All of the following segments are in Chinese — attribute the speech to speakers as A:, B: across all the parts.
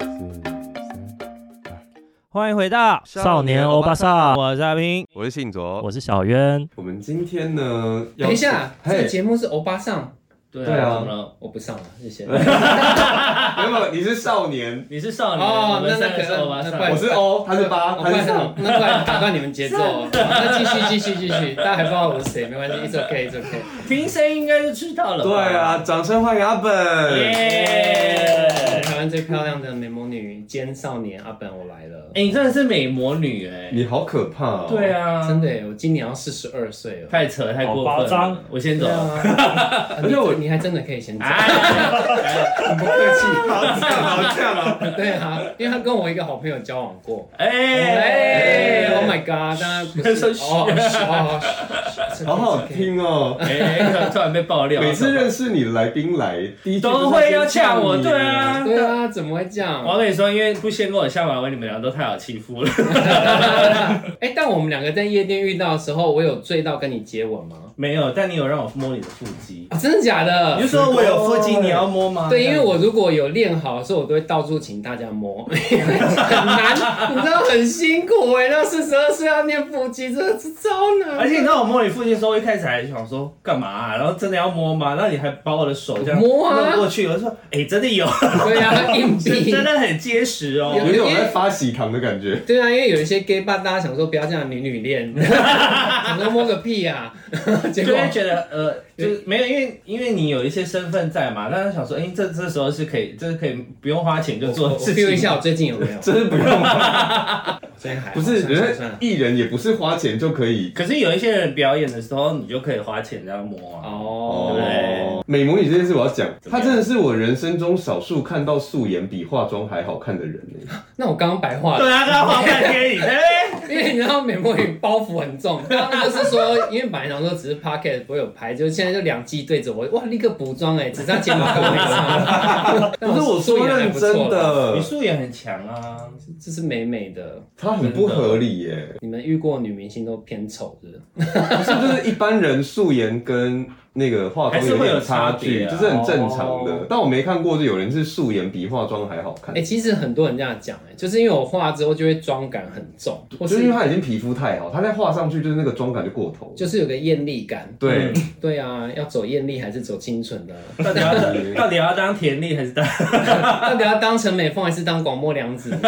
A: 嗯
B: 欢迎回到
C: 少年欧巴桑，
B: 我是阿平，
A: 我是信卓，
C: 我是小渊。
A: 我们今天呢，要
D: 等一下，这个
A: 嘿，
D: 节目是欧巴上，
E: 对
A: 对啊
E: 怎么了？我不上了，谢谢。
A: 没有，你是少年，
E: 你是少年，
D: 哦
E: 我们三
D: 那
E: 个
D: 那可
E: 是欧巴
D: 那怪
E: 桑
A: 我。是欧，他是八，
D: 我
A: 他
D: 怪
A: 是
D: 什么
A: 上，？
D: 那怪打断你们节奏哦，好那继续继续继续，大家还不知道我是谁，没关系，it's okay it's okay。
E: 听声音应该就知道了。
A: 对啊，，掌声欢迎阿本。
E: 耶！
D: 台湾最漂亮的美魔女兼少年阿本，我来了
E: 哎，，你真的是美魔女哎。
A: 你好可怕哦！
E: 对，啊，
D: 真的耶，我今年要四十二岁了。
E: 太扯太过
C: 好夸
E: 分
C: 张
E: 了。我先走
D: 对
E: 了。
D: 啊，而
A: 而且
D: 且
A: 我
D: 我你还真的可以先走，
E: 哎
D: 很不客气。
A: 好这样，好这样啊！
D: 对啊，因为他跟我一个好朋友交往过。哎
E: 哎
D: ，Oh my god！当然不是
E: 说
D: 哦，哦哦
A: 好好。听哦。
E: 哎，突然突然被爆料。
A: 每次认识你的来宾来，第一句
E: 都
A: 就是
E: 会
A: 先
E: 要
A: 呛
E: 呛我，
A: 你
E: 对。啊，
D: 对啊，怎么会这样？
E: 我跟你说，因为不先跟我下完，我你们俩都太好欺负了。
D: 哎、但我们两个在夜店遇到的时候，我有醉到跟你接吻吗？
E: 没有，但你有让我摸你的腹肌，
D: 啊，真的假
E: 你
D: 的
E: 就？说我有腹肌，你要摸吗？
D: 对，因为我如果有练好的时候，我都会到处请大家摸，很难，你知道很辛苦哎、那四十二岁要练腹肌，真的是超难。
E: 而且你知道我摸你腹肌的时候，我一开始还想说干嘛啊、然后真的要摸吗？然后你还把我的手这样
D: 摸啊
E: 弄过去，我就说哎、真的有，
D: 对啊，硬
E: 真
D: 币。
E: 真的很结实哦。
A: 有一种在发喜糖的感觉，
D: 对啊，因为有一些 gay 吧，大家想说不要这样女女 恋，想说摸个屁啊， 结
E: 就
D: 果
E: 会觉得呃，就是没有，因为因为你有一些身份在嘛，但是想说，哎、这这时候是可以，这是可以不用花钱就
D: 我
E: 做
D: 我
E: 事
D: feel 一
E: 情。
D: 下我最近有没有？
A: 真是不用。
D: 最近还 好
A: 不是，
D: 算了
A: 人
D: 算了
A: 家
D: 算了。
A: 艺人也不是花钱就可以。
E: 可是有一些人表演的时候，你就可以花钱这样摸啊。
D: 哦，
E: 对，
A: 美魔女这件事我要讲，
E: 怎么
A: 她
E: 样
A: 真的是我人生中少数看到素颜比化妆还好看的人欸呢。
D: 那我刚刚白话了。
E: 对啊，刚刚花半天你在 那边
D: 因为你知道美魔女包袱很重， 刚刚就是说，因为本来想说只是 pocket 不会有拍，就现在就两季对着我，哇，立刻补妆哎，只差肩膀都没差。
A: 不是我说认真，的
D: 呃
E: 你，素颜很强啊。
D: 这是美美的。
A: 她很不合理耶。
D: 你们遇过女明星都偏丑是不是？
A: 不是，就是一般人素颜跟那个化妆
E: 还是会有
A: 点差距，
E: 差别啊
A: 这是很正常的
D: 哦。
A: 但我没看过，就有人是素颜比化妆还好看
D: 哎、，其实很多人这样讲哎、就是因为我化了之后就会妆感很重，或
A: 就是因
D: 是
A: 为她已经皮肤太好，她再画上去就是那个妆感就过头。
D: 就是有个艳丽感。
A: 对，
D: 对啊，要走艳丽还是走清纯的？
E: 到底要 到底要当田丽还是当？
D: 到底要当陈美凤还是当广末 凉子呢？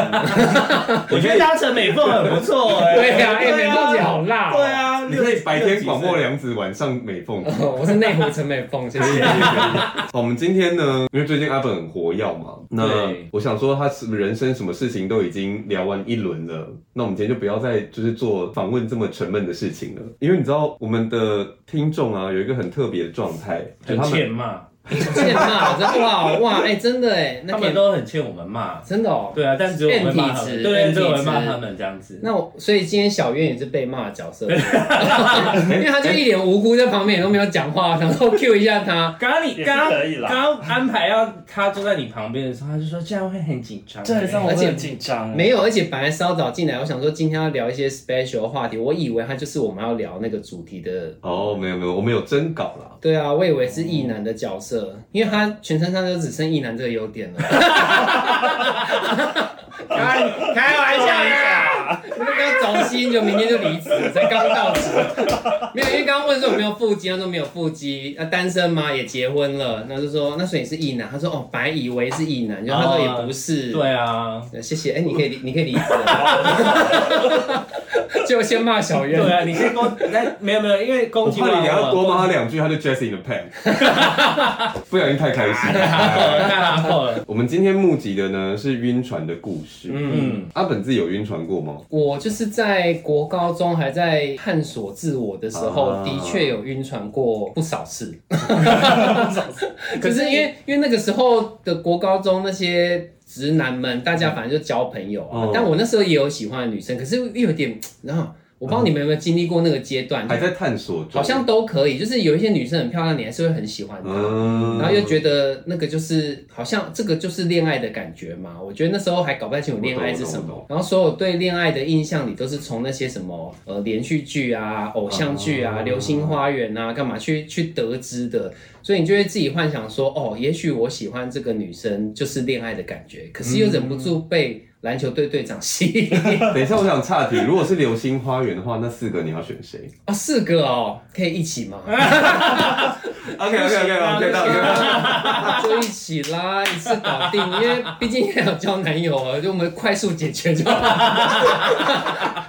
E: 我觉得当成美凤很不错哎、
D: 对啊，哎、美凤姐好辣、哦。
E: 对啊，
A: 你可以白天广末凉子，晚上美凤。
D: 我是内湖陈美凤，谢谢。
A: 好，我们今天呢，因为最近阿本很活跃嘛，那
E: 对
A: 我想说他是不是人生什么事情都已经聊完一轮了，那我们今天就不要再就是做访问这么沉闷的事情了，因为你知道我们的听众啊有一个很特别的状态，就
E: 很
A: 他们
E: 欠骂，
D: 欠骂，真的哇哇，哎、真的哎，那
E: 他
D: 可
E: 们
D: 以
E: 都很欠我们骂。
D: 真的哦。
E: 对啊，但只有我们骂
D: 变
E: 他
D: 体
E: 们，
D: 质
E: 对，
D: 变
E: 只有我们
D: 体质
E: 骂他们这样子。
D: 那我所以今天小月也是被骂的 角色，因为他就一脸无辜在旁边也都没有讲话，然后 Q 一下他，
E: 刚刚你
C: 也是
E: 刚刚
C: 可以啦
E: 刚刚安排要他坐在你旁边的时候，他就说这样会很紧张。
C: 这让我
D: 而且
C: 很紧张。啊
D: 没有，而且本来稍早进来，我想说今天要聊一些 special 的话题，我以为他就是我们要聊那个主题的。
A: 哦，没有没有，我们有征稿啦，
D: 对啊，我以为是异男的角色，因为他全身上就只剩异男这个优 点了。开开玩笑啦！ 你们不要着急，你就明天就离职，才刚到职。没有，因为刚刚问说有没有腹肌，他说没有腹肌，那单身吗？也结婚了，那就说那所以你是异男，他说哦，本来以为是异男，然后他说也不是。
E: 对啊，
D: 对，谢谢，哎，你可以离，你可以离职了。 就先骂小月，
E: 对啊，你先攻，那没有没有，因为
A: 我
E: 攻击
A: 怕你等下
E: 我
A: 多骂他两句，他就 Jesse in the pan，不 小心太开心了。
E: 打破了，太打破了。
A: 我们今天募集的呢是晕船的故事，
D: 嗯，
E: 嗯，
A: 阿本自己有晕船过吗？
D: 我就是在国高中还在探索自我的时候，
A: 啊
D: 的确有晕船过不少次。 可是因为因为那个时候的国高中那些直男们，大家反正就交朋友啊。
A: 嗯
D: 但我那时候也有喜欢的女生，可是又有点， 然后我不知道你们有没有经历过那个阶段，
A: 嗯还在探索中，
D: 好像都可以，就是有一些女生很漂亮，你还是会很喜欢她。
A: 嗯
D: 然后又觉得那个就是好像这个就是恋爱的感觉嘛，我觉得那时候还搞不太清楚恋爱是
A: 我
D: 什
A: 懂我懂
D: 么。然后所有对恋爱的印象里都是从那些什么呃连续剧啊、偶像剧啊、
A: 哦
D: 流星花园啊干嘛去去得知的，所以你就会自己幻想说，哦，也许我喜欢这个女生就是恋爱的感觉，可是又忍不住被。篮球队队长吸引你
A: 等一下，我想岔题。如果是流星花园的话，那四个你要选谁
D: 啊，四个 哦，可以一起吗？
A: ？OK OK OK OK，到
D: 就一起啦，一次搞定，因为毕竟也有交男友了，就我们快速解决就好。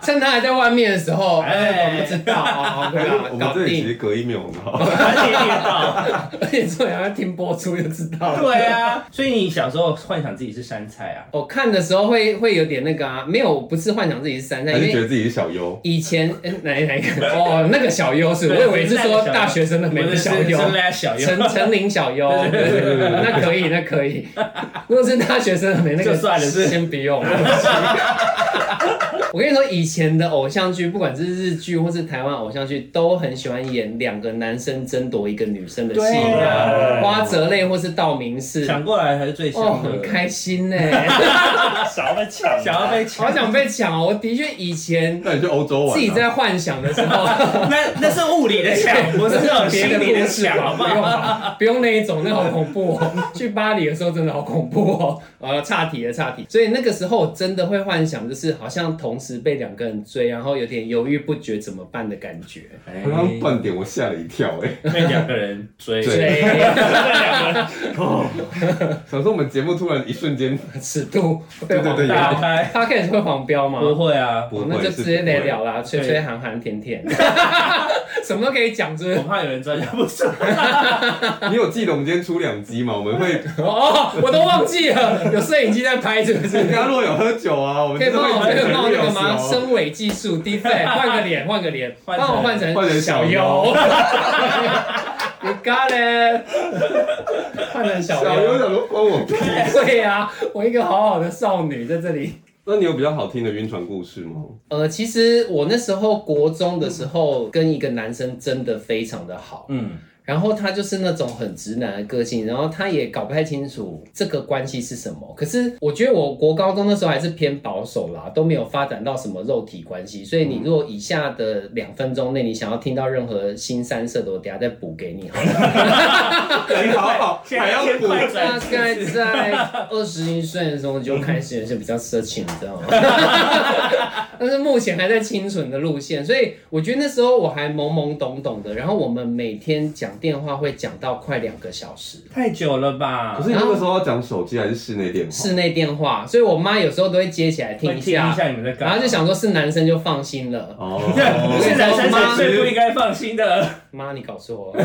D: 趁他还在外面的时候，哎，我不知道啊，对啊
A: 我，们
D: 搞
A: 这里其
D: 定
A: 实，隔音没有很好。
E: 团体练到。
D: 而 且最好要听播出就知道了。
E: 对啊，所以你小时候幻想自己是山菜啊？
D: 我看的时候会会有点那个啊，没有，我不是幻想自己是山
A: 还是
D: 山，
A: 觉
D: 因
A: 得
D: 为
A: 自己是小优？
D: 以前哎哪一哪一个哦，那个小优是，我
E: 对
D: 以为是
E: 现在的
D: 说
E: 小优
D: 大学生的美
E: 我
D: 的小优。
E: 真的小优，
D: 陈陈林小优，对对对对对那可以，那可以。如果是大学生，没那个
E: 就算了是
D: 先不 用。我跟你说，以前的偶像剧，不管是日剧或是台湾偶像剧，都很喜欢演两个男生争夺一个女生的戏
E: 对
D: 啊，
E: 啊
D: 花泽类或是道明寺，
E: 抢过来才是最香
D: 哦，
E: 的。
D: 很开心 呢，
C: 想要被抢，
E: 想要被
D: 好
E: 抢，
D: 想被抢哦。我的确以前
A: 那你去欧洲玩啊？
D: 自己在幻想的时候。
E: 那那是物理的抢，不是那种心理的抢，好不
D: 不用
E: 好？
D: 吧，不用那一种，那好恐怖哦。去巴黎的时候真的好恐怖哦。呃，岔题了，岔题。所以那个时候我真的会幻想，就是好像同时被两个人追，然后有点犹豫不决怎么办的感觉。
A: 刚刚半点我吓了一跳哎、
E: 哎被两个人追，
A: 对
D: 追，
A: 想说我们节目突然一瞬间，
D: 尺度会
A: 对对
D: 黄
A: 对
E: 打
D: 标，
E: 开
D: 他开始会黄标吗？
E: 不会啊，
A: 不
D: 哦
A: 会
D: 那就直接来聊啦，
E: 是
D: 吹
E: 不会
D: 吹喊喊舔舔，什么都可以讲，就是
E: 我怕有人专家不是。
A: 你有记得我们今天出两集吗？我们会，
D: 哦，我都忘记了，有摄影机在拍，是不是？
A: 刚刚如果有喝酒啊，我们
D: 可以
A: 真的
D: 帮我可
A: 会
D: 以帮我那个吗？
A: 聊
D: 身伪技术 d e f e 换个脸，换个脸，
E: 换
D: 帮
E: 成
D: 我换成
A: 换成
D: 小
A: 小
D: 优。You got it，换成小
A: 小优
D: 优。
A: 想说关我屁。
D: 对呀、我一个好好的少女在这里。
A: 那你有比较好听的晕船故事吗？
D: 呃，其实我那时候国中的时候，跟一个男生真的非常的好，
E: 嗯，
D: 然后他就是那种很直男的个性，然后他也搞不太清楚这个关系是什么。可是我觉得我国高中那时候还是偏保守啦，都没有发展到什么肉体关系。所以你如果以下的两分钟内你想要听到任何新三色的，我等一下再补给你好了。
A: 你好好，还要补。
E: 快
D: 大
E: 转
D: 概在二十一岁的时候就开始有些比较色情，你知道吗？ 但是目前还在清纯的路线，所以我觉得那时候我还懵懵懂懂的。然后我们每天讲电话会讲到快两个小时。
E: 太久了吧
A: 可？是你那个时候要讲手机还是室内电话？
D: 室内电话，所以我妈有时候都会接起来听
E: 会
D: 一
E: 听一
D: 下，
E: 下你们在干嘛，
D: 然后就想说是男生就放心了。
A: 哦，
E: 是男生才最不应该放心的。
D: 妈，你搞错了，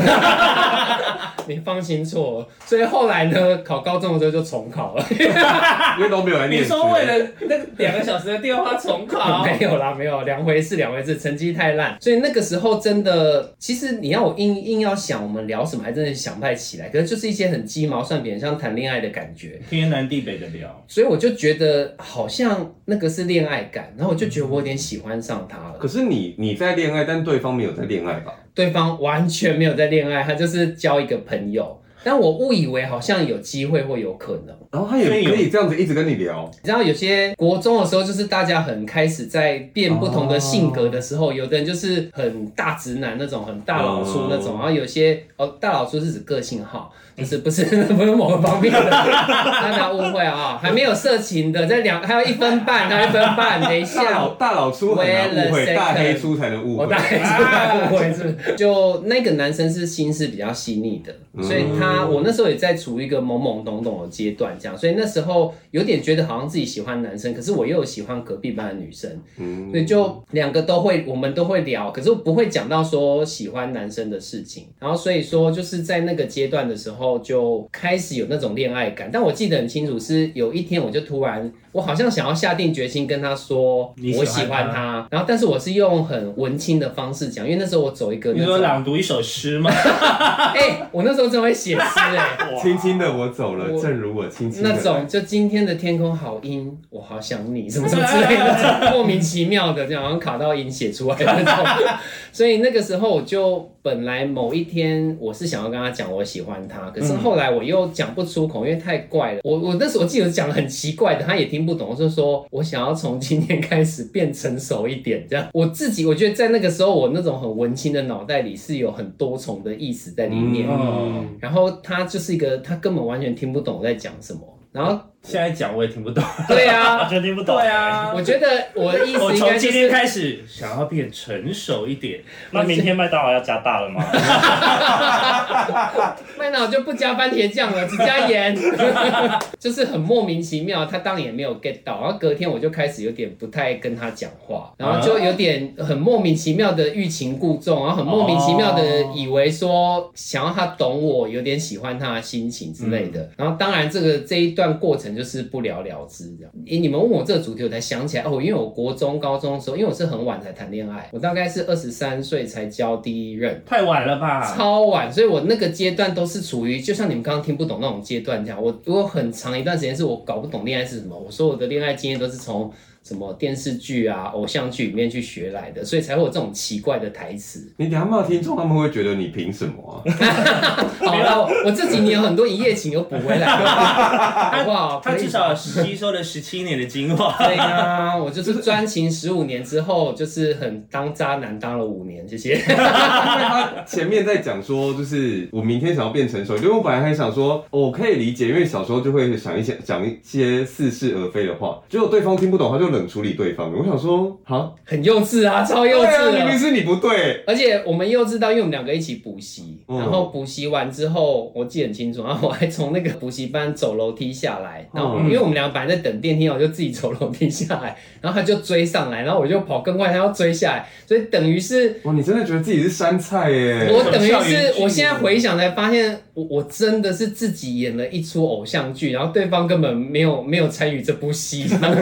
D: 你放心错了。所以后来呢，考高中的时候就重考了，啊
A: 因为都没有来
E: 你
A: 念书。
E: 说为了那个两个小时的电话重 考，
D: 没有啦，没有，两回事，两回事，成绩太烂。所以那个时候真的，其实你要我硬硬要想我们聊什么，还真的想不太起来。可是就是一些很鸡毛蒜皮，很像谈恋爱的感觉。
E: 天南地北的聊，
D: 所以我就觉得好像那个是恋爱感，然后我就觉得我有点喜欢上他了。
A: 可是你你在恋爱，但对方没有在恋爱吧？
D: 对方完全没有在恋爱，他就是交一个朋友。但我误以为好像有机会或有可能，
A: 然后他也
E: 所以有
A: 可以这样子一直跟你聊，
D: 你知道有些国中的时候，就是大家很开始在变不同的性格的时候，有的人就是很大直男那种，很大老粗那种，
A: 哦
D: 然后有些哦大老粗是指个性好，就是不是不是某个方面的，大家误会啊、还没有色情的，在两还有一分半，还有一分半，等一
A: 大
D: 下，哦
A: 佬大佬出很难误
D: Wait
A: 会，
D: a
A: 大黑
D: second
A: 出才能误
D: 我
A: 会。
D: 大概知道误哦会是不是，就那个男生是心思比较细腻的，
A: 嗯
D: 所以他我那时候也在处于一个懵懵懂懂的阶段，这样，所以那时候有点觉得好像自己喜欢男生，可是我又有喜欢隔壁班的女生，
A: 嗯
D: 所以就两个都会，我们都会聊，可是我不会讲到说喜欢男生的事情，然后所以说就是在那个阶段的时候就开始有那种恋爱感，但我记得很清楚，是有一天我就突然，我好像想要下定决心跟他说
E: 你
D: 我
E: 喜
D: 喜
E: 欢
D: 欢
E: 他
D: 他，然后但是我是用很文青的方式讲，因为那时候我走一个
E: 你
D: 那
E: 说
D: 种，
E: 朗读一首诗 吗？
D: 哎、我那时候真会写诗哎。
A: 轻轻的我走了，
D: 我
A: 正如我轻轻的
D: 那种就今天的天空好阴，我好想你，什么什么之类的，那种莫名其妙的，这样好像卡到音写出来的那种。 所以那个时候我就本来某一天我是想要跟他讲我喜欢他，可是后来我又讲不出口，因为太怪了。我我那时候我记得讲得很奇怪的，他也听不懂，我就说我想要从今天开始变成熟一点，这样。我自己我觉得在那个时候我那种很文青的脑袋里是有很多重的意思在里面。
E: 嗯
D: 然后他就是一个，他根本完全听不懂我在讲什么。然后
E: 现在讲我也听不懂。
D: 对啊
F: 完，全听不懂。
E: 对，啊
D: 我，觉得我的意
E: 我
D: 思应
E: 从
D: 该就
E: 今天
D: 是，
E: 开始想要变成熟一点。
F: 那明天麦当劳要加大了吗？
D: 麦当劳就不加番茄酱了，只加盐， 就是很莫名其妙。他当然也没有 get 到，然后隔天我就开始有点不太跟他讲话，然后就有点很莫名其妙的欲擒故纵，然后很莫名其妙的以为说想要他懂我，有点喜欢他的心情之类的。然后当然这个这一段过程就是不了了之这样。诶你们问我这个主题，我才想起来哦，因为我国中、高中的时候，因为我是很晚才谈恋爱，我大概是二十三岁才交第一任。
E: 太晚了吧？
D: 超晚，所以我那个阶段都是处于，就像你们刚刚听不懂那种阶段这样。我我有很长一段时间是我搞不懂恋爱是什么，我说我的恋爱经验都是从什么电视剧啊、偶像剧里面去学来的，所以才会有这种奇怪的台词。
A: 你等一下骂听众，他们会觉得你凭什么 啊？
D: 好了，我这几年有很多一夜情又补回来 了，好不好？
E: 他
D: 可以
E: 至少吸收了十七年的精 华。
D: 对啊，我就是专情十五年之后，就是很当渣男当了五年，谢谢。
A: 前面在讲说，就是我明天想要变成熟，因为我本来还想说，哦我可以理解，因为小时候就会想一些讲一些似是而非的话，结果对方听不懂，他就冷处理对方。我想说，好，
D: 很幼稚啊，超幼稚
A: 对啊，
D: 的。
A: 明明是你不对，
D: 而且我们幼稚到，因为我们两个一起补习，
A: 嗯
D: 然后补习完之后，我记得很清楚，然后我还从那个补习班走楼梯下来，然后
A: 嗯
D: 因为我们俩本来在等电梯，我就自己走楼梯下来，然后他就追上来，然后我就跑更快，他要追下来，所以等于是
A: 哇，你真的觉得自己是山菜耶？
D: 我等于
E: 校园
D: 是
E: 剧
D: 我现在回想才发现，我我真的是自己演了一出偶像剧，然后对方根本没有没有参与这部 戏，然后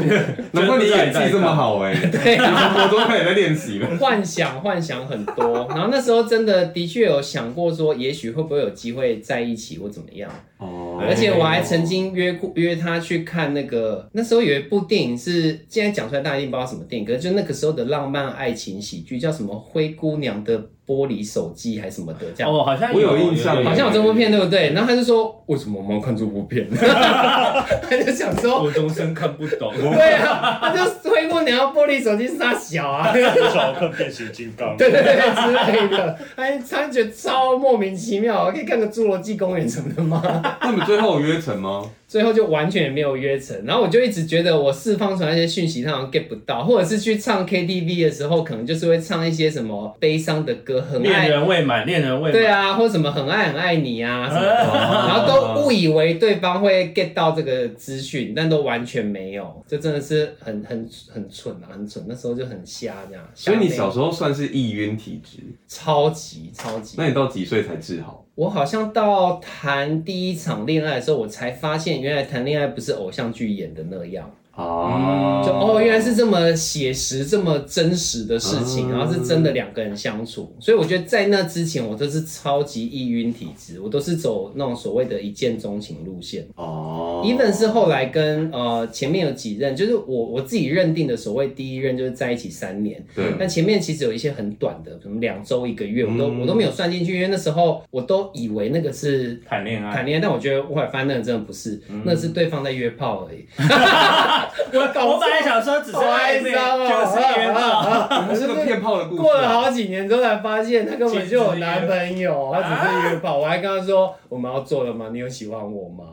A: 难怪你演技这么好哎，
D: 对啊。
A: 我都开始在练习了。
D: 幻想幻想很多，然后那时候真的的确有想过说，也许会不会有机会在一起或怎么样。
A: 哦
D: 而且我还曾经约过约他去看那个，那时候有一部电影是现在讲出来大家一定不知道什么电影，可是就那个时候的浪漫爱情喜剧叫什么《灰姑娘的玻璃手机》还是什么的这样。
E: 哦，好像
A: 我有印象
D: 好像有这部片对不对？然后他就说为什么我们要看这部片？ 他就想说，
E: 国中生看不懂。
D: 对啊，他就灰姑娘玻璃手机是他小啊，
F: 为什么看变形金刚？
D: 对对对之类的，哎，他觉得超莫名其妙，可以看个《侏罗纪公园》什么的吗？
A: 那你们最后有约成吗？
D: 最后就完全也没有约成，然后我就一直觉得我释放出来一些讯息，他好像 get 不到，或者是去唱 KTV 的时候，可能就是会唱一些什么悲伤的歌，很
E: 恋
D: 爱。
E: 人未满，恋人未满。
D: 对啊，或什么很爱很爱你啊什么的，然后都误以为对方会 get 到这个资讯，但都完全没有，这真的是很很很蠢啊，很蠢。那时候就很瞎这样，
A: 所以你
D: 瞎
A: 小时候算是易晕体质，
D: 超级超级。
A: 那你到几岁才治好？
D: 我好像到谈第一场恋爱的时候，我才发现原来谈恋爱不是偶像剧演的那样，
A: 啊
D: 就哦，原来是这么写实、这么真实的事情，
A: 嗯
D: 然后是真的两个人相处。所以我觉得在那之前，我都是超级易晕体质，我都是走那种所谓的一见钟情路线。
A: 哦
D: even 是后来跟呃前面有几任，就是我我自己认定的所谓第一任就是在一起三年，
A: 对
D: 但前面其实有一些很短的，可能两周一个月，我都、
A: 嗯
D: 我都没有算进去，因为那时候我都以为那个是
E: 谈恋爱
D: 谈。恋爱，但我觉得我后来发现那个真的不是，
A: 嗯
D: 那是对方在约 炮而已。我
E: 我
D: 搞
E: 本来想说只是
D: 好
E: 暧
D: 哀
E: 昧，
D: 伤哦，
E: 就是约炮。
A: 那是个骗炮的故事啊。
D: 过了好几年之后才发现，他根本就有男朋友，
A: 啊
D: 他只是约炮。我还跟他说：“我们要做了吗？你有喜欢我吗？”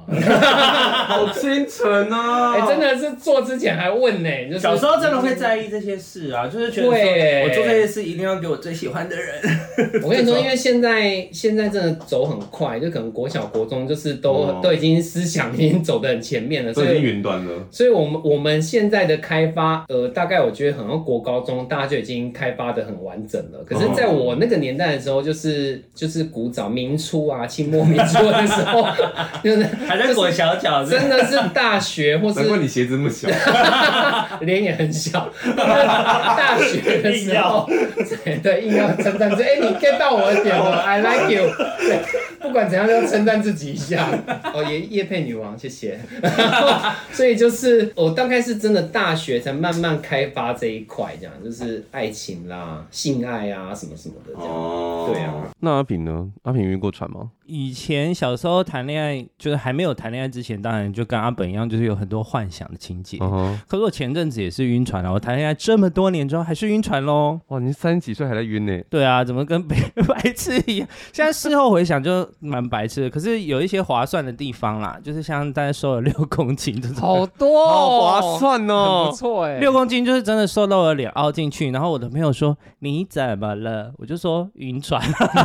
A: 好清纯啊！
D: 哎、真的是做之前还问呢、就是
E: 小时候真的会在意这些事啊，就是觉得
D: 会
E: 说我做这些事一定要给我最喜欢 的人。
D: 我跟你说，因为现在现在真的走很快，就可能国小国中就是都、
A: 哦
D: 都已经思想已经走得很前面了，
A: 都
D: 所
A: 已经
D: 以。
A: 云端了。
D: 所以，我们我们现在的开发，呃，大概我觉得好像国高中大家就已经开发的很完整了。
E: 哦
D: 可是，在我那个年代的时候，就是就是古早明初啊、清末民初的时 候，就是
E: 还在裹小脚子，
D: 真的是大学 或是
A: 难怪你鞋子那么 小，
D: 脸也 很小，大学的时候，对对，硬要称赞自己，哎、你 get 到我的点 了，I like you，对，不管怎样都要称赞自己一下。哦，也叶配女王，谢谢。 所以就是哦我大概是真的大学才慢慢开发这一块，这样就是爱情啦、性爱啊什么什么的这样。
A: 哦
D: 对啊。
A: 那阿平呢？阿平晕过船吗？
C: 以前小时候谈恋爱，就是还没有谈恋爱之前，当然就跟阿本一样，就是有很多幻想的情节。
A: 嗯哼，
C: 可是我前阵子也是晕船了，我谈恋爱这么多年之后还是晕船喽。
A: 哇，你三十几岁还在晕呢、
C: 对啊，怎么跟白白痴一样？现在事后回想就蛮白痴的，可是有一些划算的地方啦，就是像大家瘦了六公斤这种，
D: 好多、
A: 好
D: 哦，
A: 划算
D: 很
A: 哦
D: 不！错 哎、
C: 六公斤就是真的瘦到了脸凹进去。然后我的朋友说你怎么了？我就说晕船。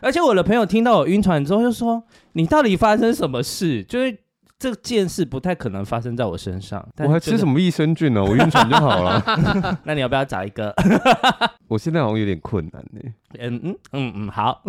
C: 而且我的朋友听到我晕船之后就说你到底发生什么事？就是这件事不太可能发生在我身上。
A: 我还吃什
C: 么？
A: 么益生菌呢、我晕船就好了。
C: 那你要不要找一个？
A: 我现在好像有点困难欸呢、
C: 嗯嗯嗯嗯，好。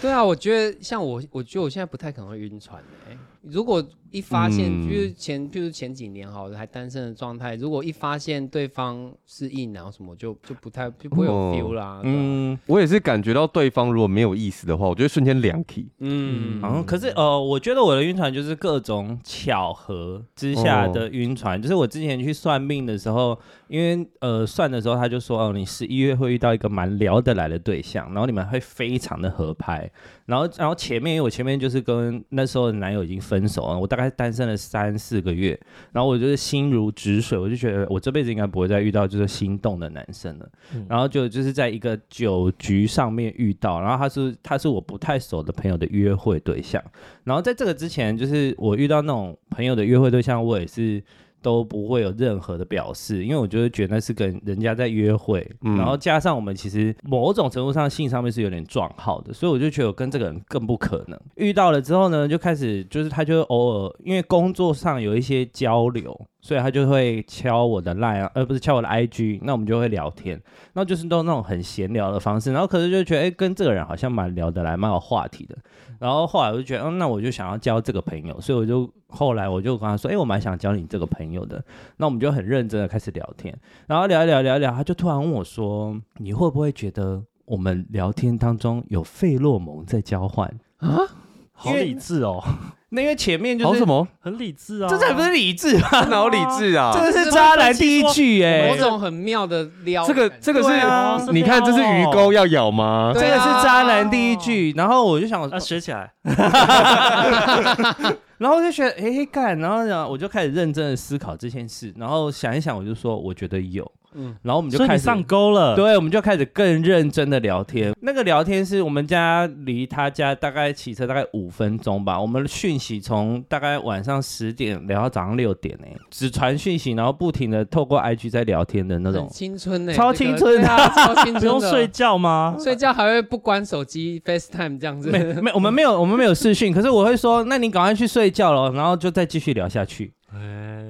D: 对啊，我觉得像我，我觉得我现在不太可能会晕船哎、如果一发现，
A: 嗯
D: 就是前，就是前几年好了，还单身的状态，如果一发现对方是异男什么，我就就不太就不会有
A: 哦
D: feel 啦。嗯
C: 嗯，
A: 我也是感觉到对方如果没有意思的话，我就会瞬间凉体。
D: 嗯，
C: 嗯，可是呃，我觉得我的晕船就是各种巧合之下的晕船。就是我之前去算命的时候，因为呃算的时候他就说，哦，你十一月会遇到一个蛮聊得来的对象，然后你们会非常的合拍。然后然后前面因为我前面就是跟那时候的男友已经分手了，我大概单身了三四个月，然后我就是心如止水，我就觉得我这辈子应该不会再遇到就是心动的男生了。然后就就是在一个酒局上面遇到，然后他是他是我不太熟的朋友的约会对象，然后在这个之前，就是我遇到那种朋友的约会对象，我也是都不会有任何的表示，因为我就会觉得那是跟人家在约会，
A: 嗯
C: 然后加上我们其实某种程度上性上面是有点撞号的，所以我就觉得我跟这个人更不可能。遇到了之后呢，就开始就是他就偶尔因为工作上有一些交流，所以他就会敲我的 line 啊，而、不是敲我的 IG，那我们就会聊天。那就是都那种很闲聊的方式，然后可是就觉得，哎、跟这个人好像蛮聊得来，蛮有话题的。然后后来我就觉得，嗯，那我就想要交这个朋友，所以我就后来我就跟他说，哎、我蛮想交你这个朋友的。那我们就很认真的开始聊天，然后聊一聊聊一聊，他就突然问我说，你会不会觉得我们聊天当中有费洛蒙在交换？
F: 好理智哦，
C: 那啊因为前面就
A: 好
C: 是
A: 什么？
F: 很理智啊，
C: 这才不是理智吧？
A: 他哪有理智啊？
C: 这个是渣男第一句哎、
D: 嗯某种很妙的撩
A: 这
D: 感，
A: 个这个是、
F: 对啊是这样哦
A: 你看这是鱼钩要咬吗？
D: 对
C: 这
D: 啊
C: 个是渣男第一句，然后我就想，
F: 啊，学起来，
C: 然后我就觉得，哎、干，然后呢，我就开始认真的思考这件事，然后想一想，我就说，我觉得有，嗯
D: 嗯，
C: 然后我们就
F: 所以
C: 开
F: 你
C: 始
F: 上钩了，
C: 对，我们就开始更认真的聊天。那个聊天是我们家离他家大概骑车大概五分钟吧。我们讯息从大概晚上十点聊到早上六点呢、只传讯息，然后不停的透过 IG 在聊天的那
D: 很
C: 种。
D: 青春呢、欸，
C: 超
D: 这个
C: 青春的
D: 对啊，超青春的，
F: 不用睡觉吗？
D: 睡觉还会不关手机 FaceTime 这样子，
C: 没没，我们没有我们没有视讯，可是我会说，那你赶快去睡觉了，然后就再继续聊下去。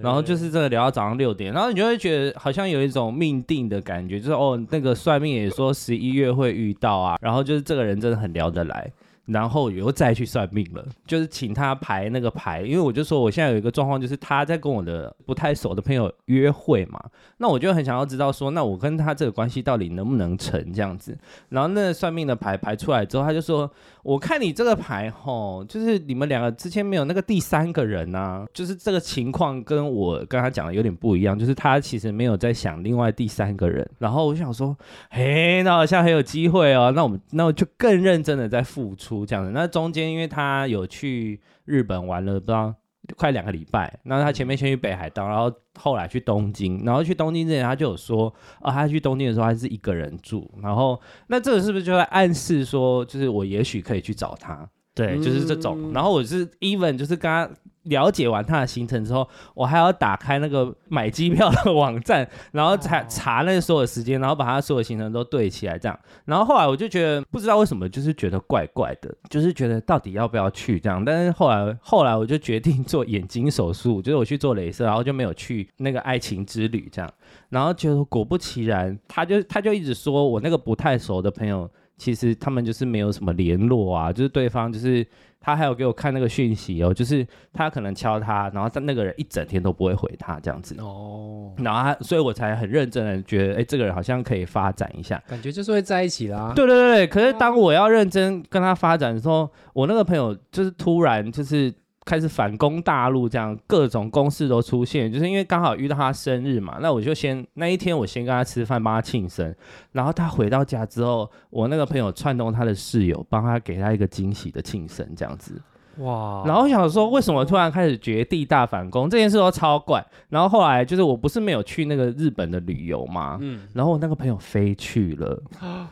C: 然后就是真的聊到早上六点，然后你就会觉得好像有一种命定的感觉，就是哦，那个算命也说十一月会遇到啊，然后就是这个人真的很聊得来。然后我又再去算命了，就是请他排那个牌，因为我就说我现在有一个状况，就是他在跟我的不太熟的朋友约会嘛，那我就很想要知道说，那我跟他这个关系到底能不能成这样子。然后那个算命的牌排出来之后，他就说，我看你这个牌吼，就是你们两个之间没有那个第三个人呐、就是这个情况跟我跟他讲的有点不一样，就是他其实没有在想另外第三个人。然后我就想说，嘿，那好像很有机会哦，那我们那我就更认真的在付出这样子。那中间因为他有去日本玩了，不知道。快两个礼拜，那他前面先去北海道，然后后来去东京，然后去东京之前他就有说，啊，他去东京的时候他是一个人住，然后那这个是不是就在暗示说，就是我也许可以去找他？嗯对，就是这种。然后我是 even 就是跟他了解完他的行程之后，我还要打开那个买机票的网站，然后查查那所有时间，然后把他所有行程都对起来这样。然后后来我就觉得不知道为什么，就是觉得怪怪的，就是觉得到底要不要去这样。但是后来后来我就决定做眼睛手术，就是我去做镭射，然后就没有去那个爱情之旅这样。然后就果不其然，他就他就一直说我那个不太熟的朋友，其实他们就是没有什么联络啊，就是对方就是他还有给我看那个讯息哦，就是他可能敲他，然后他那个人一整天都不会回他这样子，
D: 哦，
C: 然后他所以我才很认真的觉得，哎，这个人好像可以发展一下。
D: 感觉就是会在一起啦。
C: 对对对，对可是当我要认真跟他发展的时候，我那个朋友就是突然就是开始反攻大陆，这样各种公式都出现，就是因为刚好遇到他生日嘛，那我就先那一天我先跟他吃饭，帮他庆生，然后他回到家之后，我那个朋友串通他的室友，帮他给他一个惊喜的庆生，这样子。
D: 哦
F: 哇，
C: 然后我想说，为什么突然开始绝地大反攻这件事都超怪。然后后来就是我不是没有去那个日本的旅游嘛，
D: 嗯
C: 然后我那个朋友飞去了，哇，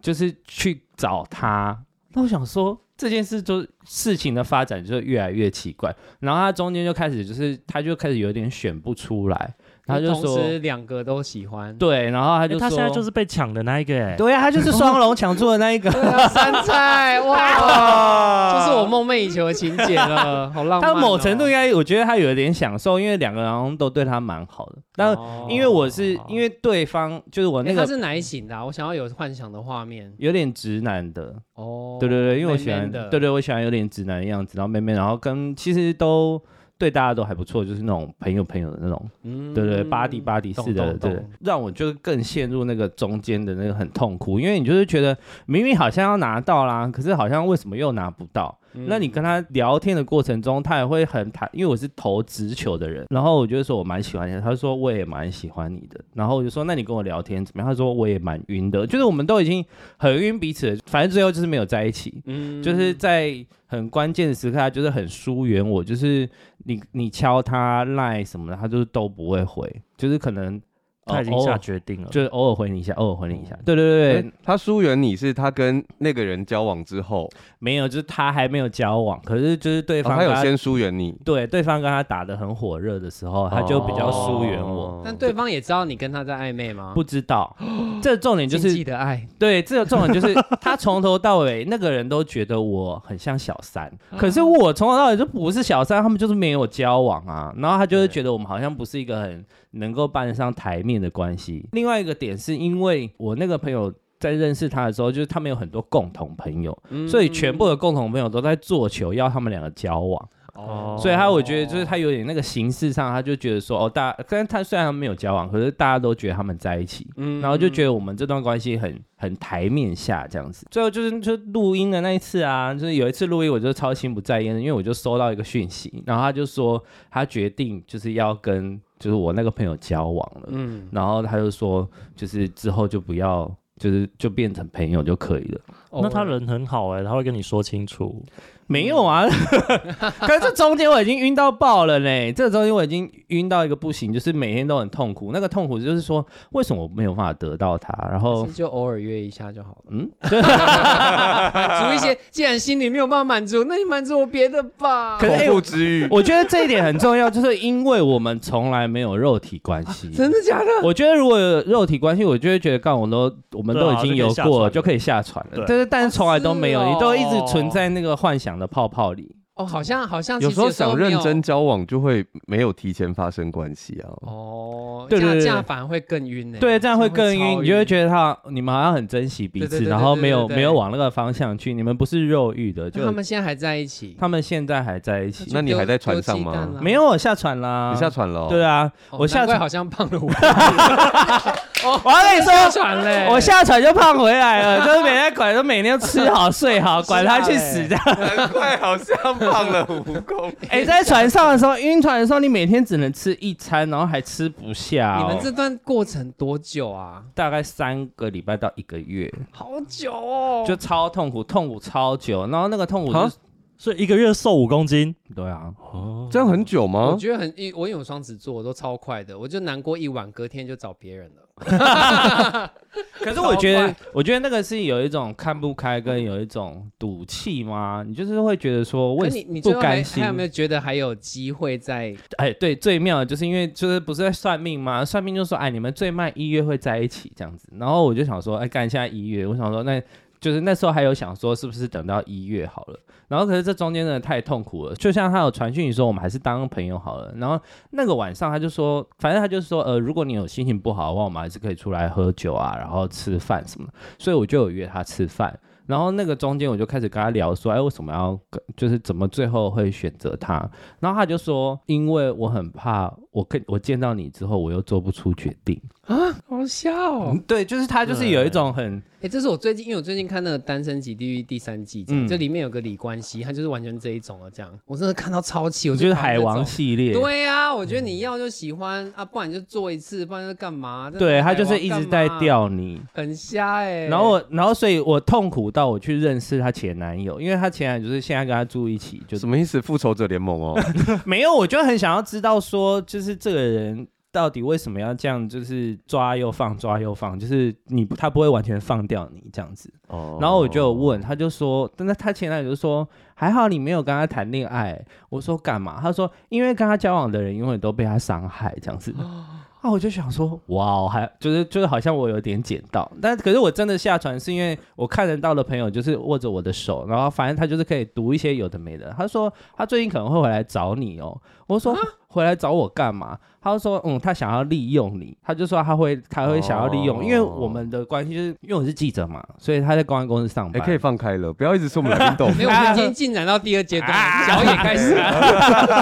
C: 就是去找他。那我想说这件事就事情的发展就越来越奇怪。然后他中间就开始就是他就开始有点选不出来，他就
D: 同
C: 说
D: 时两个都喜欢，
C: 对，然后他就
F: 欸
C: 说、
F: 他现在就是被抢的那一个哎，
C: 对呀、啊他就是双龙抢住的那一 个。
D: 山菜 哇，这是我梦寐以求的情节了，好浪漫
C: 他
D: 哦。
C: 某程度应该，我觉得他有一点享受，因为两个人好像都对他蛮好的。但因为我是、因为对方就是我那
D: 哦欸他
C: 个
D: 是哪一型的啊？我想要有幻想的画面
C: 有点直男的，
D: 哦。
C: 对对对，因为我
D: 闷
C: 喜欢，
D: 闷的
C: 对对，我喜欢有点直男的样子，然后妹妹，然后跟其实都对大家都还不错，就是那种朋友朋友的那种，
D: 嗯
C: 对对，巴迪巴迪
D: 懂
C: 式的，
D: 懂
C: 对
D: 懂，
C: 让我就更陷入那个中间的那个很痛苦，因为你就是觉得明明好像要拿到啦，可是好像为什么又拿不到？
D: 嗯
C: 那你跟他聊天的过程中，他也会很坦，因为我是投直球的人，然后我就说我蛮喜欢你的，他说我也蛮喜欢你的，然后我就说那你跟我聊天怎么样？他说我也蛮晕的，就是我们都已经很晕彼此了，反正最后就是没有在一起。
D: 嗯
C: 就是在很关键的时刻，他就是很疏远我，就是你你敲他赖什么的，他就是都不会回，就是可能、呃
A: 哦
F: 他已经
C: 偶
F: 下
C: 尔
F: 决定了，
C: 就是偶尔回你一下，偶尔回你一下。对对对，
A: 哎他疏远你是他跟那个人交往之后，
C: 没有，就是他还没有交往，可是就是对
A: 哦
C: 方
A: 他
C: 跟
A: 有
C: 他、
A: 先疏远你，
C: 对对方跟他打得很火热的时候，哦他就比较疏远我。
A: 哦
D: 但对方也知道你跟他在暧昧吗？
C: 不知 道，这重点就
D: 禁忌
C: 是
D: 的爱，
C: 对，这个重点就是他从头到尾那个人都觉得我很像小三，可是我从头到尾就不是小三，他们就是没有交往啊。然后他就会觉得我们好像不是一个很能够搬得上台面的关系。另外一个点是因为我那个朋友。在认识他的时候，就是他们有很多共同朋友，所以全部的共同朋友都在做球要他们两个交往。
F: 哦，
C: 所以他我觉得就是他有点那个形式上，他就觉得说哦，大家，但是他虽然他们没有交往，可是大家都觉得他们在一起，
D: 嗯
C: 然后就觉得我们这段关系很很台面下这样子。最后就是就录音的那一次啊，就是有一次录音我就超心不在焉的，因为我就收到一个讯息，然后他就说他决定就是要跟就是我那个朋友交往了，
D: 嗯，
C: 然后他就说就是之后就不要就是就变成朋友就可以了。
F: 那他人很好哎，他会跟你说清楚，
C: 没有 啊，可是这中间我已经晕到爆了嘞！这中间我已经晕到一个不行，就是每天都很痛苦。那个痛苦就是说，为什么我没有办法得到他？然后
D: 其实就偶尔约一下就好了，
C: 嗯，
D: 满足一些。既然心里没有办法满足，那你满足我别的吧。
C: 可是、哎
A: 口腹之欲，
C: 我觉得这一点很重要，就是因为我们从来没有肉体关系。
D: 啊真的假的？
C: 我觉得如果有肉体关系，我就会觉得，干我都我们
F: 对啊
C: 都已经有过了，就
F: 就
C: 可以下船了。
F: 对
C: 但是但是从来都没有，
D: 是哦
C: 你都一直存在那个幻想的泡泡里。
D: 哦，好像好像
A: 有时
D: 其实
A: 候想
D: 没
A: 认
D: 有
A: 真交往就会没有提前发生关系啊。
D: 哦，
C: 对对
D: 这样
C: 对
D: 这
C: 对
D: 样反而会更晕呢。
C: 对，这样会更
D: 超
C: 晕，你就会觉得他你们好像很珍惜彼
D: 对对
C: 此，
D: 对
C: 然后
D: 对对
C: 没有
D: 对对
C: 没有往那个方向去，你们不是肉欲的，
D: 那
C: 就
D: 他们现在还在一起，
C: 他们现在还在一起，
A: 那你还在船上吗
D: 丢鸡蛋啦
C: 没有我下船啦，
A: 你下船了哦、
C: 对啊，
D: 哦
C: 我下
D: 难怪
C: 船，
D: 好像胖 了五。哦
C: 我要跟你
D: 下
C: 说。
D: 船嘞，
C: 我下船就胖回来了，就是每天管，都每天吃好睡 好，
D: 啊
C: 管他去
D: 哎
C: 死的。
A: 难怪好像胖了五公。
C: 哎、在船上的时候，晕船的时候，你每天只能吃一餐，然后还吃不下
D: 你
C: 哦、
D: 们这段过程多久啊？
C: 大概三个礼拜到一个月，
D: 好久哦，
C: 就超痛苦，痛苦超久，然后那个痛苦、就
A: 啊
C: 是，
F: 所以一个月瘦五公斤
C: 对啊，
F: 哦，
A: 这样很久
D: 我
A: 吗？
D: 觉得很，一我因为我双子座，我都超快的，我就难过一晚，隔天就找别人了。
C: 可是我觉
D: 超
C: 得
D: 快，
C: 我觉得那个是有一种看不开，跟有一种赌气吗？你就是会觉得说，
D: 可
C: 为
D: 你你
C: 不
D: 最后还
C: 甘心
D: 还有没。有觉得还有机会在？
C: 哎，对，最妙的就是因为就是不是在算命吗？算命就说，哎，你们最慢一月会在一起这样子。然后我就想说，哎，干一下一月，我想说，那就是那时候还有想说，是不是等到一月好了？然后可是这中间真的太痛苦了。就像他有传讯息说，我们还是当朋友好了。然后那个晚上他就说，反正他就说，呃，如果你有心情不好的话，我们还是可以出来喝酒啊，然后吃饭什么的。所以我就有约他吃饭。然后那个中间我就开始跟他聊说，哎，为什么要跟，就是怎么最后会选择他？然后他就说，因为我很怕我跟我见到你之后，我又做不出决定。嗯
D: 好笑哦！
C: 对，就是他就是有一种很
D: 哎、这是我最近，因为我最近看那个《单身级地狱》第三季，
C: 嗯
D: 这里面有个李冠希，他就是完全这一种啊，这样我真的看到超气，我
C: 就是
D: 讨厌
C: 海
D: 这
C: 王嗯
D: 种
C: 系列，
D: 对啊，我觉得你要就喜欢啊，不然就做一次，不然就干嘛？真的
C: 对他
D: 海
C: 就是
D: 王
C: 一
D: 干
C: 直在
D: 嘛，
C: 吊你。
D: 很瞎哎、
C: 然后我，然后所以我痛苦到我去认识她前男友，因为她前男友就是现在跟她住一起，就
A: 什么意思？复仇者联盟哦，
C: 没有，我就很想要知道说，就是这个人到底为什么要这样，就是抓又放，抓又放，就是你他不会完全放掉你这样子。
A: 哦
C: 然后我就有问，他就说，但是他前男友就说，还好你没有跟他谈恋爱。我说干嘛？他说因为跟他交往的人永远都被他伤害这样子。啊，我就想说，哇哦，还就是就是好像我有点捡到，但可是我真的下船是因为我看得到的朋友就是握着我的手，然后反正他就是可以读一些有的没的。他说他最近可能会回来找你哦，我说回来找我干嘛？他就说嗯，他想要利用你，他就说他会他会想要利用，因为我们的关系就是因为我是记者嘛，所以他在公安公司上
A: 哎、
C: 班，
A: 可以放开了，不要一直说我们来宾懂。
D: 没有，我们已经进展到第二阶段了，脚也开始了，
C: 啊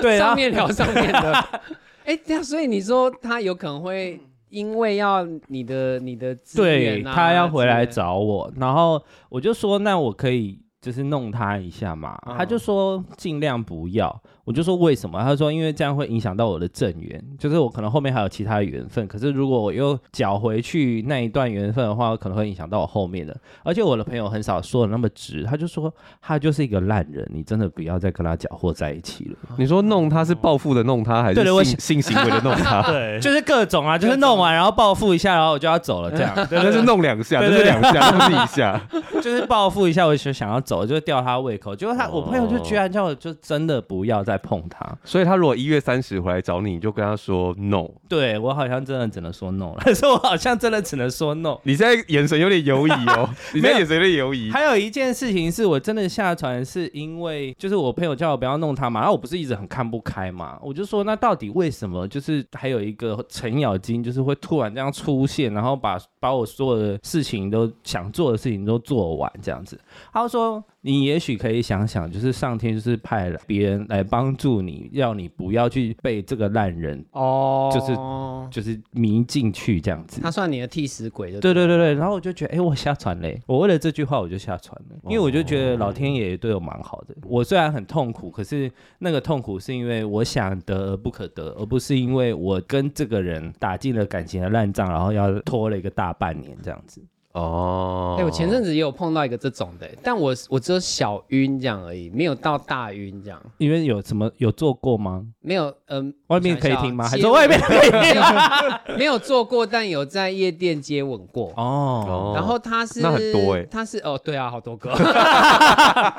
C: 对然
D: 上
C: 后
D: 面聊上面的。 哎、对啊，所以你说他有可能会因为要你的你的资
C: 对
D: 源啊
C: 他要回来
D: 之类的
C: 找我，然后我就说那我可以就是弄他一下嘛，他就
A: 嗯
C: 说尽量不要，我就说为什么？他说因为这样会影响到我的正缘，就是我可能后面还有其他的缘分，可是如果我又搅回去那一段缘分的话，可能会影响到我后面的。而且我的朋友很少说的那么直，他就说他就是一个烂人，你真的不要再跟他搅和在一起了。
A: 你说弄他是报复的弄他，还
C: 对对我
A: 是性性行为的弄 他？
F: 对，
C: 就是各种啊，就是弄完然后报复一下，然后我就要走了这样。
A: 但是弄两下，
C: 对
A: 就
C: 对
A: 是两下， 不是一下。
C: 就是报复一下，我就想要走，就吊他胃口。结果他，我朋友就居然叫我就真的不要再碰他。
A: 所以他如果一月三十回来找你，你就跟他说 no。
C: 对我好像真的只能说 no 了， 可是我好像真的只能说 no。
A: 你现在眼神有点犹疑哦， 你现在眼神有点犹疑。
C: 还有一件事情是我真的下船，是因为就是我朋友叫我不要弄他嘛，然后我不是一直很看不开嘛，我就说那到底为什么就是还有一个程咬金，就是会突然这样出现，然后把把我所有的事情都想做的事情都做完这样子。他说你也许可以想想，就是上天就是派了别人来帮助你，要你不要去被这个烂人
D: 哦，
C: 就是就是迷进去这样子。
D: 他算你的替死鬼的，
C: 对对对对，然后我就觉得，哎、我下船嘞！我为了这句话我就下船了，因为我就觉
D: 哦
C: 得老天爷对我蛮好的。我虽然很痛苦，可是那个痛苦是因为我想得而不可得，而不是因为我跟这个人打进了感情的烂仗，然后要拖了一个大半年这样子。
A: 哦
D: 哎、我前阵子也有碰到一个这种的、但我我只有小晕这样而已，没有到大晕这样，
C: 因为有什么有做过吗？
D: 没有嗯、
C: 外面可以听吗？还
D: 想一
C: 是
D: 下
C: 外面可以听？
D: 没有做过，但有在夜店接吻过。
C: 哦，
A: 哦
D: 然后他是
A: 那很多欸
D: 他是哦，对啊，好 多个，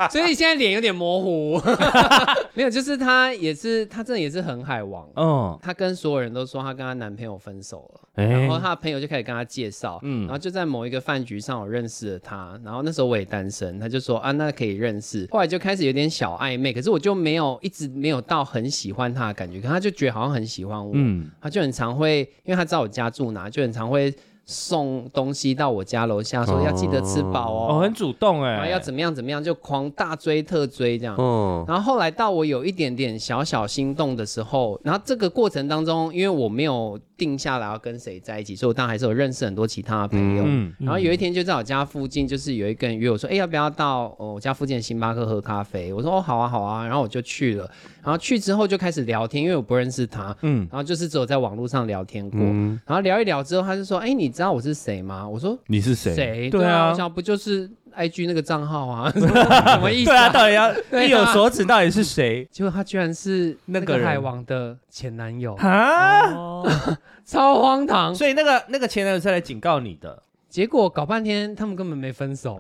D: 所以现在脸有点模糊。 没有，就是他也是，他真的也是很海王。
C: 嗯，
D: 她跟所有人都说她跟她男朋友分手了，
C: 哎
D: 然后她的朋友就开始跟她介绍，嗯，然后就在某一个饭局上我认识了她，然后那时候我也单身，她就说啊那可以认识，后来就开始有点小暧昧，可是我就没有一直没有到很喜欢她的感觉，可她就觉得好像很喜欢我，
C: 嗯，
D: 她就很常会，因为她知道我家住哪，就很常会送东西到我家楼下，说要记得吃饱
C: 哦，
D: 哦，
C: 很主动哎、
D: 然后要怎么样怎么样，就狂大追特追这样，
A: 嗯，
D: 然后后来到我有一点点小小心动的时候，然后这个过程当中，因为我没有定下来要跟谁在一起，所以我当然还是有认识很多其他的朋友。
C: 嗯
D: 然后有一天就在我家附近，就是有一个人约我说，哎，要不要到、哦、我家附近的星巴克喝咖啡？我说哦，好啊，好啊。然后我就去了，然后去之后就开始聊天，因为我不认识他，
C: 嗯
D: 然后就是只有在网络上聊天过。
A: 嗯
D: 然后聊一聊之后，他就说，哎，你知道我是谁吗？我说
C: 你是谁？
D: 谁？
C: 对
D: 啊，
C: 啊
D: 我。想不就是 IG 那个账号 啊？什么意思、
C: 对啊，到底要
D: 对啊
C: 意有所指，到底是谁？
D: 结果他居然是
C: 那
D: 那
C: 个
D: 个
C: 人
D: 海王的前男友，
C: 啊，
D: 哦超荒唐。
C: 所以那个那个前男友是来警告你的
D: 结果搞半天他们根本没分手。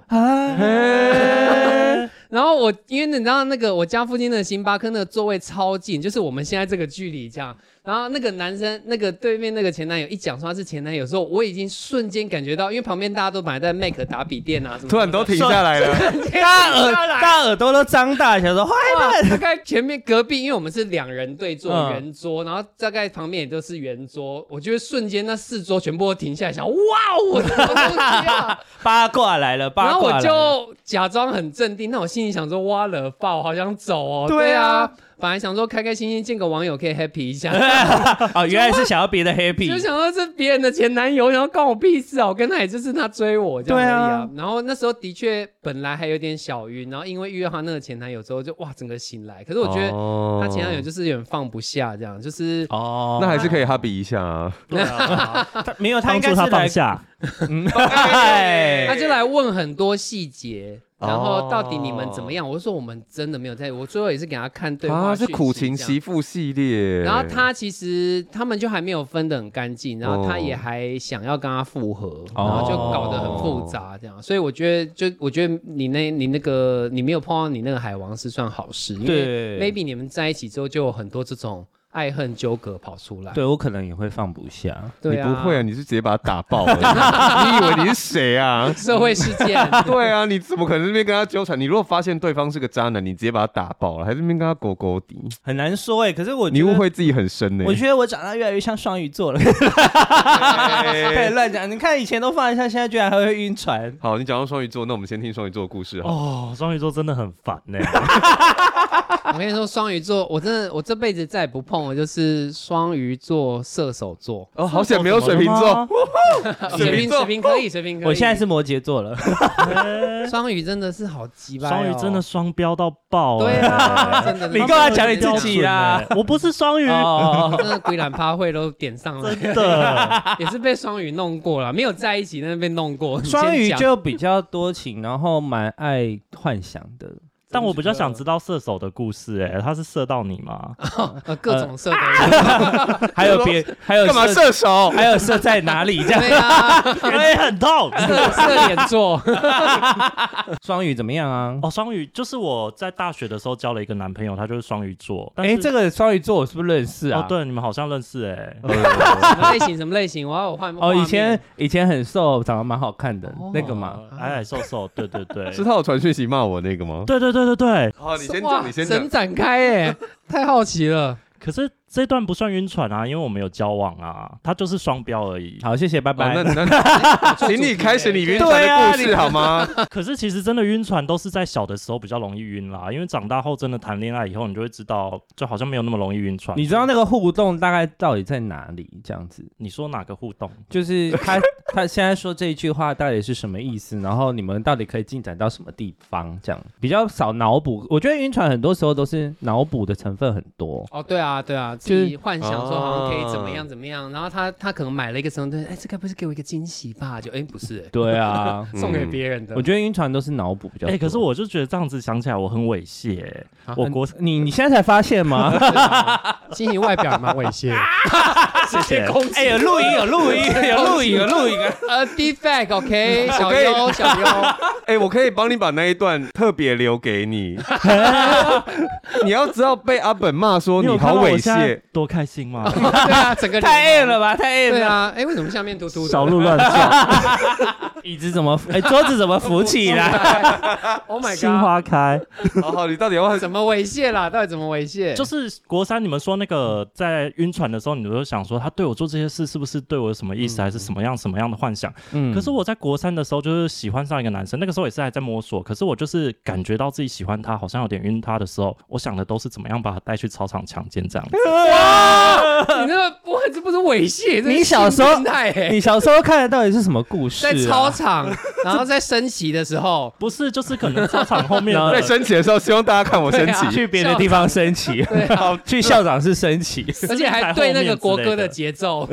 C: 啊，
D: 然后我因为你知道那个我家附近的星巴克那个座位超近，就是我们现在这个距离这样。然后那个男生那个对面那个前男友一讲说他是前男友的时候，我已经瞬间感觉到，因为旁边大家都本来在 Make 打笔电啊什么的，
A: 突然都停下来了。
C: 大耳大耳朵都张大，想说坏
D: 哇
C: 蛋。
D: 大概前面隔壁，因为我们是两人对坐
C: 嗯
D: 圆桌，然后大概旁边也都是圆桌，我就会瞬间那四桌全部都停下来，想哇，我的什么东 西啊？
C: 八卦来了，
D: 然
C: 八
D: 后
C: 卦来
D: 我
C: 了。
D: 就假装很镇定，但我心里想说，哇了爆，好想走哦。
C: 对啊
D: 对啊，本来想说开开心心见个网友可以 happy 一下，
C: 哦，原来是想要别的
D: 就
C: happy，
D: 想到是别人的前男友，然后关我屁事啊！我跟他也就是他追我这样而已啊。然后那时候的确本来还有点小晕，然后因为遇到她那个前男友之后就，哇整个醒来。可是我
C: 哦
D: 觉得
A: 哦
C: 得
D: 她前男友就是有点放不下，这样就是
C: 哦，
A: 那还是可以哈比一下啊。
B: 对啊，
C: 他没有，他
F: 帮
C: 应该
F: 助
C: 是
F: 他
C: 来嗯
F: 放下。
C: 哎
D: 他就来问很多细节，
A: 哦
D: 然后到底你们怎么样？我就说我们真的没有在，我最后也是给他看对话
A: 啊，
D: 讯
A: 哦是
D: 息
A: 苦情
D: 这样
A: 媳妇系列。
D: 然后他其实他们就还没有分得很干净，然后他也还想要跟他复合，
A: 哦
D: 然后就搞得很复杂这样。所以我觉得，就我觉得你那你那个你没有碰到你那个海王是算好事，因为
C: 对
D: maybe 你们在一起之后就有很多这种爱恨纠葛跑出来。
C: 对我可能也会放不下，
D: 对
A: 你
D: 啊，
A: 不会啊，你是直接把他打爆 了。你以为你是谁啊？
D: 社会事件。
A: 对啊，你怎么可能这边跟他纠缠？你如果发现对方是个渣男，你直接把他打爆了，还是那边跟他勾勾底，
C: 很难说哎。可是我觉
A: 你
C: 得
A: 误，会自己很深呢、
C: 我觉得我长大越来越像双鱼座了，
D: 哎
C: 可以 乱讲。你看以前都放得下，现在居然还会晕船。
A: 好，你讲到双鱼座，那我们先听双鱼座的故事好了。
F: 哦，双鱼座真的很烦呢、
D: 我跟你说，双鱼座，我真的我这辈子再也不碰了，就是双鱼 座、射手座。
A: 哦，好险没有水瓶座，
D: 水瓶水 瓶可以，水瓶可以。
C: 我现在是摩羯座了，
D: 双鱼，真的是好鸡巴、哦
F: 双鱼真的。双标到爆、欸，
D: 对啊， 真的。
C: 你干嘛讲你自己啦
F: 标准欸我不是双鱼，
C: 哦，
D: 真的鬼懒趴会都点上了，
F: 真 的。
D: 也是被双鱼弄过了，没有在一起，但是被弄过。你 先
C: 双鱼
D: 讲
C: 就比较多情，然后蛮爱幻想的。
F: 但我比较想知道射手的故事、欸，哎，他是射到你 吗？
D: 呃各种色
C: 呃
D: 的，
C: 还有别，还有
A: 干嘛
C: 射
A: 射手？
C: 还有射在哪里？这样
D: 对啊，
F: 我也哎很痛。
D: 色色脸座，
C: 双鱼怎么样啊？
F: 哦，双鱼就是我在大学的时候交了一个男朋友，他就是双鱼座。但
C: 哎，
F: 是
C: 这个双鱼座我是不是认识
F: 哦
C: 啊？，
F: 对，你们好像认识哎、
D: 什么类型什么类型？我要我换
C: 哦，以前以前很瘦，长得蛮好看的那个嘛。
F: 呃矮矮瘦瘦，对对 对，
A: 是他有传讯息骂我那个吗？
F: 对对对对对。
A: 好，你先
D: 哇
A: 讲，你先讲
D: 神。展开哎，太好奇了。
F: 可是这段不算晕船啊，因为我们有交往啊，他就是双标而已。
C: 好，谢谢，拜
A: 好，
C: 拜
A: 哦那。那请你开始你晕船
C: 对啊
A: 的故事好吗？
F: 可是其实真的晕船都是在小的时候比较容易晕啦，因为长大后真的谈恋爱以后，你就会知道，就好像没有那么容易晕船。
C: 你知道那个互动大概到底在哪里？这样子，
F: 你说哪个互动？
C: 就是 他他现在说这一句话到底是什么意思？然后你们到底可以进展到什么地方？这样比较少脑补。我觉得晕船很多时候都是脑补的成分很 多。
D: 哦，对啊，对啊，
C: 就
D: 就是是幻想说好像可以怎么
C: 哦
D: 样怎么样，然后他他可能买了一个什么东西，哎，这该不是给我一个惊喜吧？就哎不是，
C: 对啊，
D: 哎送给别人的
C: 我。觉得晕船都是脑补比较
F: 哎、
C: 多。
F: 可是我就觉得这样子想起来我很猥亵欸、
D: 啊
F: 我国
C: 你你现在才发现吗？
D: 心仪外表也蛮猥亵。
F: 谢谢。
C: 哎，有录音，有录音，有录音，有录音啊！
D: 呃，defect，OK，小
A: 可以
D: 优，小优。
A: 哎、我可以帮你把那一段特别留给你。你要知道被阿本骂说
F: 你有
A: 你
F: 看
A: 好
F: 到我
A: 猥
F: 现在
A: 亵，
F: 多开心吗？
D: 对啊，整个
C: 太
D: 脸
C: M 了吧，太 M
D: 对
C: 了。
D: 啊，哎，为什么下面嘟嘟的？
F: 小鹿乱撞，
C: 椅子怎么？哎，桌子怎么扶起来？
D: Oh my
F: 心
D: god！
F: 花开。
A: 好哦好，你到底要不要
D: 怎么猥亵啦？到底怎么猥亵？
F: 就是是国三你们说那个在晕船的时候，你都想说他对我做这些事是不是对我有什么意思，还是什么样什么样的幻想？
C: 嗯
F: 可是我在国三的时候，就是喜欢上一个男生，那个时候也是还在摸索。可是我就是感觉到自己喜欢他，好像有点晕他的时候，我想的都是怎么样把他带去操场强奸这样子。
D: 你那个不，这不是猥亵，这是
C: 你小时候
D: 性变态欸
C: 你小时候看的到底是什么故事、啊？
D: 在操场，然后在升旗的 时候，
F: 不是，就是可能操场后面的
A: 在升旗的时候，希望大家看我升
D: 对啊
A: 旗。
C: 去别的地方升旗，
D: 对啊，
C: 去校长室升旗，
D: 而且还对那个国歌的节奏，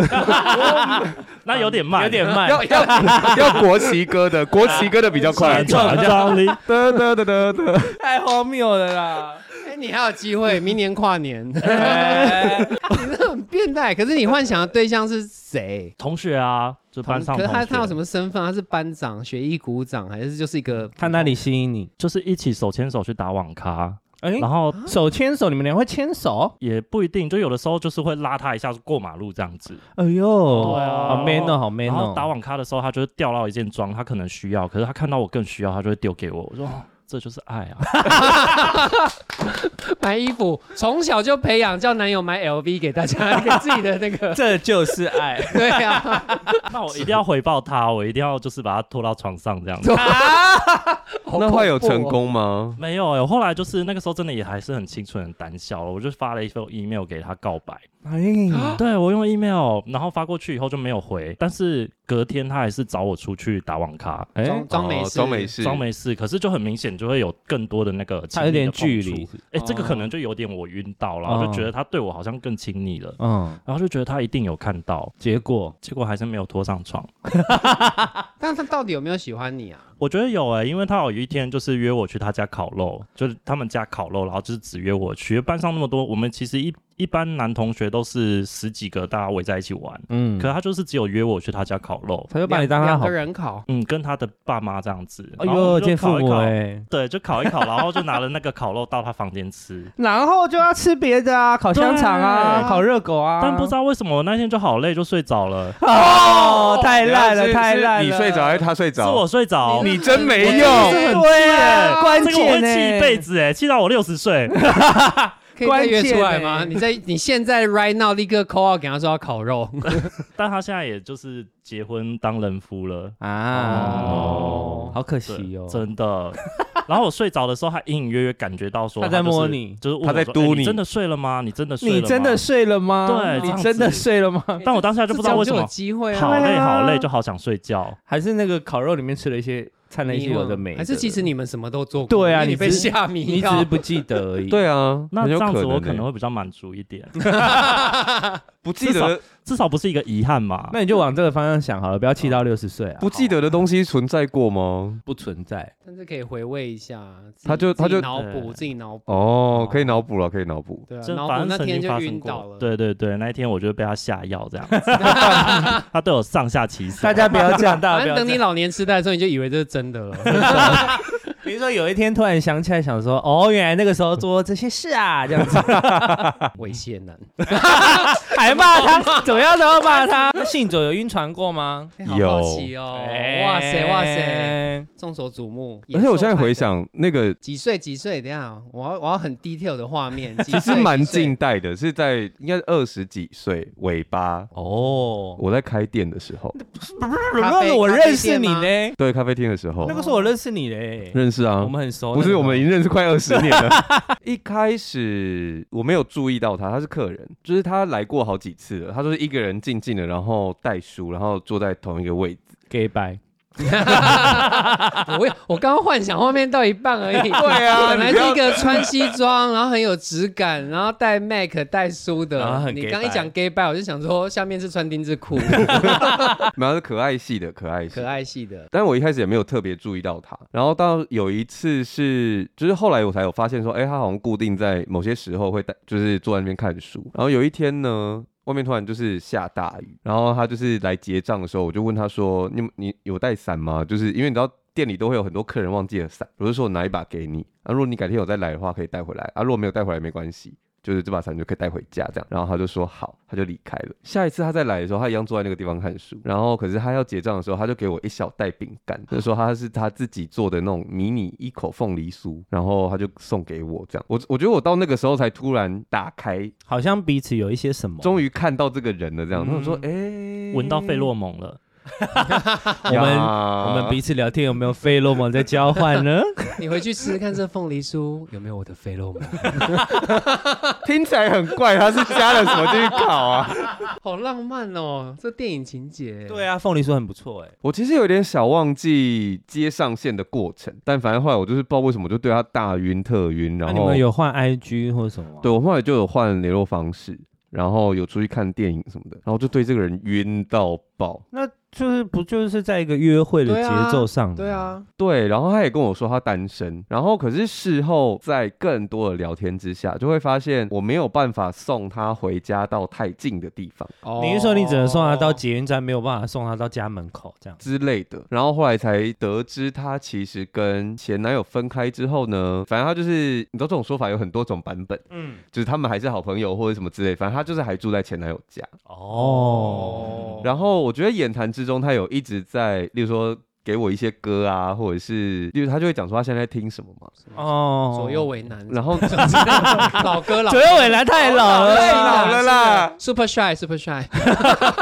F: 那有点慢，
C: 有点 慢。
A: 要要
F: 啊
A: 要国旗歌 的，国旗歌的比 较快
F: 转。转张力。
A: 得得得得得，
C: 太荒谬了啦！
D: 哎，你还有机会，明年跨年， 你哎 那很变态。可是你幻想的对象是谁？
F: 同学啊，就班上
D: 可
F: 同
D: 是
F: 学，
D: 他他有什么身份？他是班长、学艺股长，还是就是一个
C: 他哪里吸引你？
F: 就是一起手牵手去打网咖，
C: 哎、
F: 然后
C: 手牵手，你们俩会牵手？
F: 也不一定，就有的时候就是会拉他一下过马路这样子。
C: 哎呦，
F: 对啊
C: 好 man 哦，好 man
F: 然后打
C: 哦。。
F: 网咖的时候，他就会掉到一件装，他可能需要，可是他看到我更需要，他就会丢给我。我 说、哦这就是爱啊！
D: 买衣服，从小就培养叫男友买 LV 给大家，给自己的那个
C: 这就是爱
D: 对啊，
F: 那我一定要回报他，我一定要就是把他拖到床上这样子。
C: 啊！
F: 哦
A: 那后来有成功吗？
F: 没有、欸，我后来就是那个时候真的也还是很清纯、很胆小了，我就发了一封 email 给他告白。
C: 哎，
F: 对我用 email，然后发过去以后就没有回，但是隔天他还是找我出去打网咖，
C: 哎
D: 装装美
A: 哦
D: 式，
A: 装美式，
F: 装没事，可是就很明显就会有更多的那个亲
C: 他有
F: 密的
C: 点
F: 碰
C: 距
F: 触
C: 离。，
F: 哎、这个可能就有点我晕到了，
C: 哦
F: 我就觉得他对我好像更亲昵了，
C: 嗯，
F: 然后就觉得他一定有看到，
C: 结果
F: 结果还是没有拖上床。
D: 但他到底有没有喜欢你啊？
F: 我觉得有哎、因为他有一天就是约我去他家烤肉，就是他们家烤肉，然后就是只约我去。因为班上那么多，我们其实一一般男同学都是十几个，大家围在一起玩，
C: 嗯，
F: 可他就是只有约我去他家烤肉，
C: 他就把你当他
D: 两
C: 好
D: 个，人考，
F: 嗯，跟他的爸妈这样子。
C: 哎
F: 然后我
C: 呦，
F: 们就
C: 见父
F: 烤一
C: 母
F: 烤，
C: 哎，
F: 对，就烤一烤，然后就拿了那个烤肉到他房间吃。
C: 然后就要吃别的啊，烤香肠啊，
F: 对
C: 烤热狗啊，
F: 但不知道为什么我那天就好累，就睡着 了，
C: 哦，太
F: 哎
A: 是
C: 烂了，
A: 啊是
C: 太烂了，
A: 你睡着还是他睡
F: 是
A: 着？
F: 我睡着。哎
A: 你真没
D: 你
A: 用。
D: 是很
C: 对啊，关
F: 这个我会
C: 键呢，
F: 气一辈子哎、气到我六十岁。
D: 可以再约出来
C: 关
D: 吗？
C: 键欸
D: 你在你现在 right now 立刻 call out 给他说要烤肉，
F: 但他现在也就是结婚当人夫了。
C: 啊，
F: 哦
C: 好可
F: 对
C: 惜哦，
F: 真的。然后我睡着的时候，还隐隐约约感觉到说
C: 他在
F: 就是
C: 摸你
F: 就是问
A: 他
F: 我
A: 在
F: 说
A: 嘟
F: 哎
A: 你
F: 真的睡了吗？你真的睡了吗？
C: 你真的？睡了吗？
F: 对这样
C: 你
F: 子
C: 真的睡了吗？
F: 但我当下就不知道为什
D: 这种就有
F: 么，
D: 机会啊。
F: 好
C: 对
F: 累
C: 啊
F: 好累，就好想睡觉。
C: 还是那个烤肉里面吃了一些掺了一些有的没的，
D: 还是其实你们什么都做过，
C: 对啊
D: 因为你
C: 你
D: 被
C: 只
D: 吓迷
C: 你只是
D: 药。
C: 不记得而已。
A: 对啊，
F: 那
A: 很
F: 这
A: 有
F: 样子我
A: 欸
F: 可能会比较满足一点，
A: 不记得
F: 至少不是一个遗憾嘛。
C: 那你就往这个方向想好了，不要气到六十岁啊，
A: 不记得的东西存在过吗？
C: 不存在。
D: 但是可以回味一下，自己
A: 他就
D: 自己
A: 他就
D: 脑补
F: 对
D: 自己脑补，
A: 哦，可以脑补了，可以脑补。
D: 对啊，
F: 这
D: 脑
F: 反
D: 补
F: 正
D: 那
F: 曾
D: 天
F: 经
D: 就
F: 发
D: 晕
F: 生
D: 倒
F: 过
D: 了，，
F: 对对对，那一天我就被他下药这样 子，他对我上下其啊 手。
C: 大家不要这样，大
D: 反
C: 家不要
D: 正
C: 这
D: 等你
C: 样。
D: 老年痴呆的时候，你就以为这是真的了。
C: 比如说有一天突然想起来，想说哦，原来那个时候做这些事啊，这样子
D: 猥亵男，
C: 还骂他，怎么样都要骂他。那信左有晕船过吗？哎
D: 哎好
A: 有
D: 好奇哦，哇塞哇塞，，众所瞩目。
A: 而且我现在回
D: 野兽派的
A: 想，那个
D: 几岁几岁，等一下我要我要很 detail 的画面，其
A: 其实蛮近代的，是在应该二十几岁尾巴，
C: 哦，
A: 我在开店的时候，
D: 咖
C: 那
D: 啡
C: 个我
D: 咖啡
C: 认识
D: 店
C: 你
D: 吗
C: 呢，
A: 对，咖啡厅的时候
C: 那个是我认识你嘞，
A: 认识啊
C: 我。们很熟。
A: 不
C: 哦那
A: 是，
C: 个
A: 我们已
C: 时
A: 经认识快二十年 了。一开始我没有注意到他，他是客人，就是他来过好几次了。他就是一个人静静的，然后带书，然后坐在同一个 位置。
C: 候 gay 白，
D: 我我刚刚幻想画面到一半而 已。对
A: 啊
D: 本来
A: 你不
D: 是
A: 要
D: 一个穿西装，然后很有质感，然后带 Mac 带书
C: 然后
D: 的。
C: 啊很
D: 你
C: gay
D: 刚一
C: 拜
D: 讲 gay bye，我就想说下面是穿丁字裤，
A: 然后是可爱系的，可爱系
D: 可。爱系的。
A: 但我一开始也没有特别注意到他，然后到有一次是，就是后来我才有发现说，哎、他好像固定在某些时候会带，就是坐在那边看书。然后有一天呢，外面突然就是下大雨，然后他就是来结账的时候，我就问他说，你你有带伞吗？就是因为你知道店里都会有很多客人忘记了伞，我就说我拿一把给你，啊，如果你改天有再来的话，可以带回来，啊，如果没有带回来没关系。就是这把伞就可以带回家这样。然后他就说好，他就离开了。下一次他再来的时候，他一样坐在那个地方看书。然后可是他要结账的时候，他就给我一小袋饼干，那时候他是他自己做的那种迷你一口凤梨酥，然后他就送给我这样。我我觉得我到那个时候才突然打开，
C: 好像彼此有一些什么，
A: 终于看到这个人了这样。那我说哎，
C: 嗯
F: 闻到费洛蒙了，
C: 我们
A: 呀
C: 我们彼此聊天有没有费洛蒙在交换 呢？
D: 你回去试试看这凤梨酥有没有我的菲洛蒙，
A: 听起来很怪，他是加了什么进去烤啊？
D: 好浪漫哦，这电影情节。
C: 对啊，凤梨酥很不错哎，
A: 我其实有点小忘记接上线的过程，但反正后来我就是不知道为什么我就对他大晕特晕，然后
C: 那你们有换 IG 或者什么吗？
A: 对，我后来就有换联络方式，然后有出去看电影什么的，然后就对这个人晕到爆。
C: 那就是不就是在一个约会的
D: 对啊
C: 节奏上？
D: 对，啊，
A: 对，然后他也跟我说他单身，然后可是事后在更多的聊天之下，就会发现我没有办法送他回家到太近的地方
D: 啊
C: 你是说你只能送他到
D: 哦
C: 捷运站，没有办法送他到家门口这样？
A: 之类的。然后后来才得知他其实跟前男友分开之后呢，反正他就是你知道这种说法有很多种版本，
C: 嗯，
A: 就是他们还是好朋友或者什么之类，反正他就是还住在前男友家。
C: 哦，
D: 哦
A: 然后我觉得言谈之中，他有一直在，例如说给我一些歌啊，或者是，例如他就会讲说他现在在听什么嘛，
C: 哦，
D: 左右为难，
A: 然后
D: 老歌老
C: 左右为难太老了
D: 太
C: 啦，
A: 老了啦，
D: ，Super Shy，Super Shy，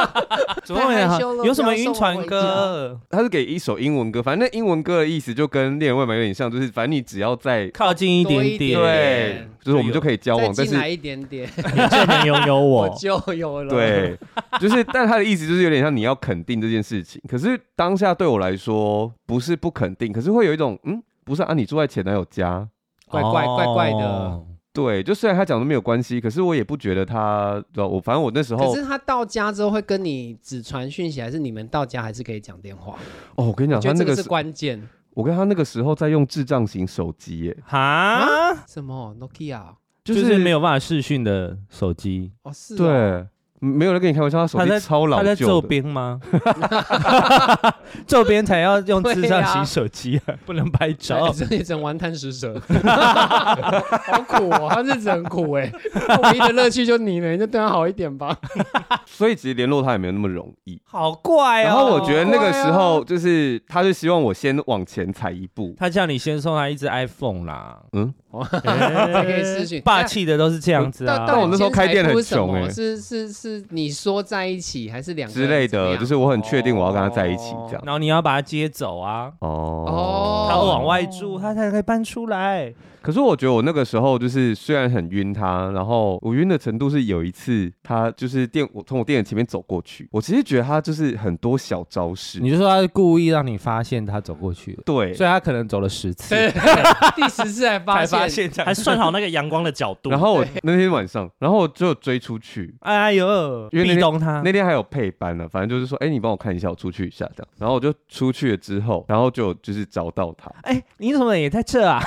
C: 左右为
G: 太
C: 难
G: 害羞了
C: 有什么
G: 不要送
C: 晕
G: 我
C: 船
G: 回
C: 歌？
A: 他是给一首英文歌，反正那英文歌的意思就跟恋人未满有点像，就是反正你只要在
C: 靠近一
D: 多
C: 点
D: 一
C: 点，
D: 点
A: 对，就是我们就可以交
D: 再
A: 往，但
D: 进
A: 是
D: 来一点点，
F: 你最能拥有
D: 我
F: 我，
D: 就有了。，
A: 对， 就是，但他的意思就是有点像你要肯定这件事情。可是当下对我来说不是不肯定，可是会有一种嗯，不是啊，你住在前男友家，
D: 怪怪怪怪的
C: 哦。
A: 对，就虽然他讲的没有关系，可是我也不觉得他，对吧我反正我那时
D: 可
A: 候
D: 是他到家之后会跟你只传讯息，还是你们到家还是可以讲电 话？
A: 哦，我跟你
D: 我
A: 讲，他
D: 觉得
A: 那
D: 这个
A: 个
D: 是
A: 时
D: 关键。
A: 我跟他那个时候在用智障型手机，耶，
C: 哈，
D: 什么 Nokia？
C: 就
A: 就是
C: 是没有办法视讯的手机，
D: 哦，是哦
A: 对，没有人跟你开玩笑，他手
C: 他在
A: 机超老
C: 他在
A: 旧
C: 周
A: 的。
C: 边吗？周边才要用
D: 对
C: 智障
D: 呀
C: 型手机啊，不能拍照
D: 哎。真的只能玩贪食蛇， 好苦哦，他日子很苦哎。唯一的乐趣就你了，你就对他好一点 吧。
A: 所以其实联络他也没有那么容易。
C: 好怪哦！
A: 然后我觉得那个时
D: 哎好啊
A: 候就是，他就希望我先往前踩一步。嗯
C: 他叫你先送他一只 iPhone 啦，
A: 哎
D: 还可以私讯，
C: 霸气的都是这样子
D: 到
C: 啊。
D: 到
A: 我那时候
D: 底先
A: 开店很
D: 才哭什
A: 穷
D: 么
A: 欸
D: 是是是你说在一起还是两个
A: 之
D: 人
A: 类
D: 怎么
A: 的，
D: 样哦
A: 就是我很确定我要跟他在一起这样。
C: 然后你要把他接走啊，
A: 哦，
C: 他往外住，他才可以搬出来。
A: 可是我觉得我那个时候就是虽然很晕他，然后我晕的程度是有一次他就是店我从我店的前面走过去，我其实觉得他就是很多小招式
C: 你，就说他是故意让你发现他走过去了，
A: 对
C: 所，以他可能走了十次
D: 对第十次才 发
C: 才
D: 现，
C: 发现这样
F: 还。算好那个阳光的角度。
A: 然后我那天晚上，然后我就追出去。
C: 哎呦，
A: 因为那天
C: 壁咚他
A: 那天还有配班呢、反正就是说，哎、你帮我看一下，我出去一下这样。然后我就出去了之后，然后就就是找到他，
C: 哎，你怎么也在这啊？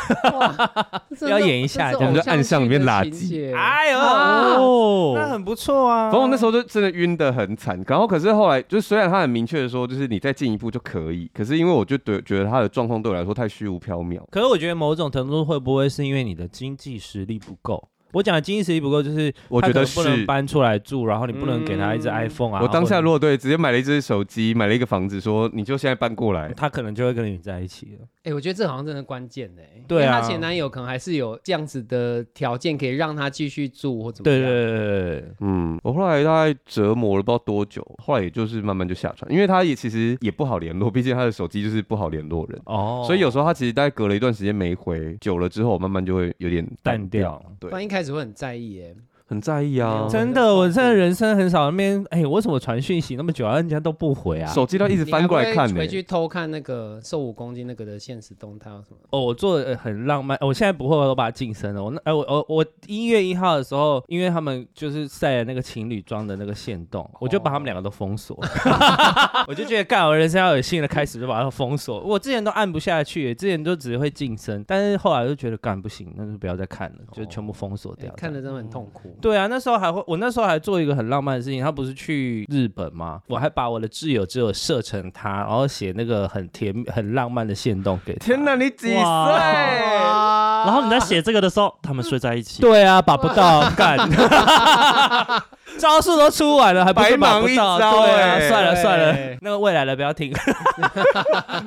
D: 这
C: 要
D: 是
C: 演一下这
D: 这是
C: 样
D: 偶
A: 就暗巷里面垃圾
D: 剧的情节
C: 哎呦，
D: 啊
C: 哦那很不错啊。
A: 反正我那时候就真的晕得很惨，然后可是后来就虽然他很明确的说，就是你再进一步就可以，可是因为我就对觉得他的状况对我来说太虚无缥缈，
C: 可是我觉得某种程度会不会是因为你的经济实力不够？我讲的经济实力不够，就是
A: 我
C: 他
A: 觉得
C: 可能不能
A: 是
C: 搬出来住，然后你不能给他一只 iPhone 啊。
A: 我当下
C: 或者
A: 如果对直接买了一只手机，买了一个房子，说你就现在搬过来，
C: 他可能就会跟你在一起了。
D: 哎、我觉得这好像真的关键呢、欸。
C: 对啊
D: 因为她前男友可能还是有这样子的条件，可以让她继续住或怎么
C: 对
D: 样。
C: 对对对对，
A: 嗯，我后来大概折磨了不知道多久，后来也就是慢慢就下船，因为他也其实也不好联络，毕竟他的手机就是不好联络人，
C: 哦，
A: 所以有时候他其实大概隔了一段时间没回，久了之后我慢慢就会有点
C: 淡掉。
A: 对
D: 不然一开始会很在意耶、
A: 很在意啊，
C: 真的，我真的人生很少那边，哎，我为什么传讯息那么久啊，人家都不回啊？
A: 手机都一直翻过来看
D: 你还
A: 呢、
D: 会回去偷看那个瘦五公斤那个的现实动态或什么？
C: 哦，我做的很浪漫，哦我现在不会，我都把它晋升了。我那哎，我我我一月一号的时候，因为他们就是晒了那个情侣装的那个线动，我就把他们两个都封锁。 我就觉得干，我人生要有新的开始，就把它封锁。我之前都按不下去，之前都只会晋升，但是后来就觉得干不行，那就不要再看了，就全部封锁
D: 哎
C: 掉。
D: 看的真的很痛苦。
C: 对啊，那时候还会，我那时候还做一个很浪漫的事情，他不是去日本吗？我还把我的挚友之友设成他，然后写那个很甜很浪漫的线动给他。
A: 天哪，你几岁？
F: 然后你在写这个的时候，他们睡在一起。
C: 对啊，把不到 干，招数都出完了，还不是
A: 白
C: 把
A: 忙
C: 不
A: 一
C: 到？
A: 招
C: 对啊，
A: 欸
C: 算了算了
D: 对，
C: 那个未来的不要听。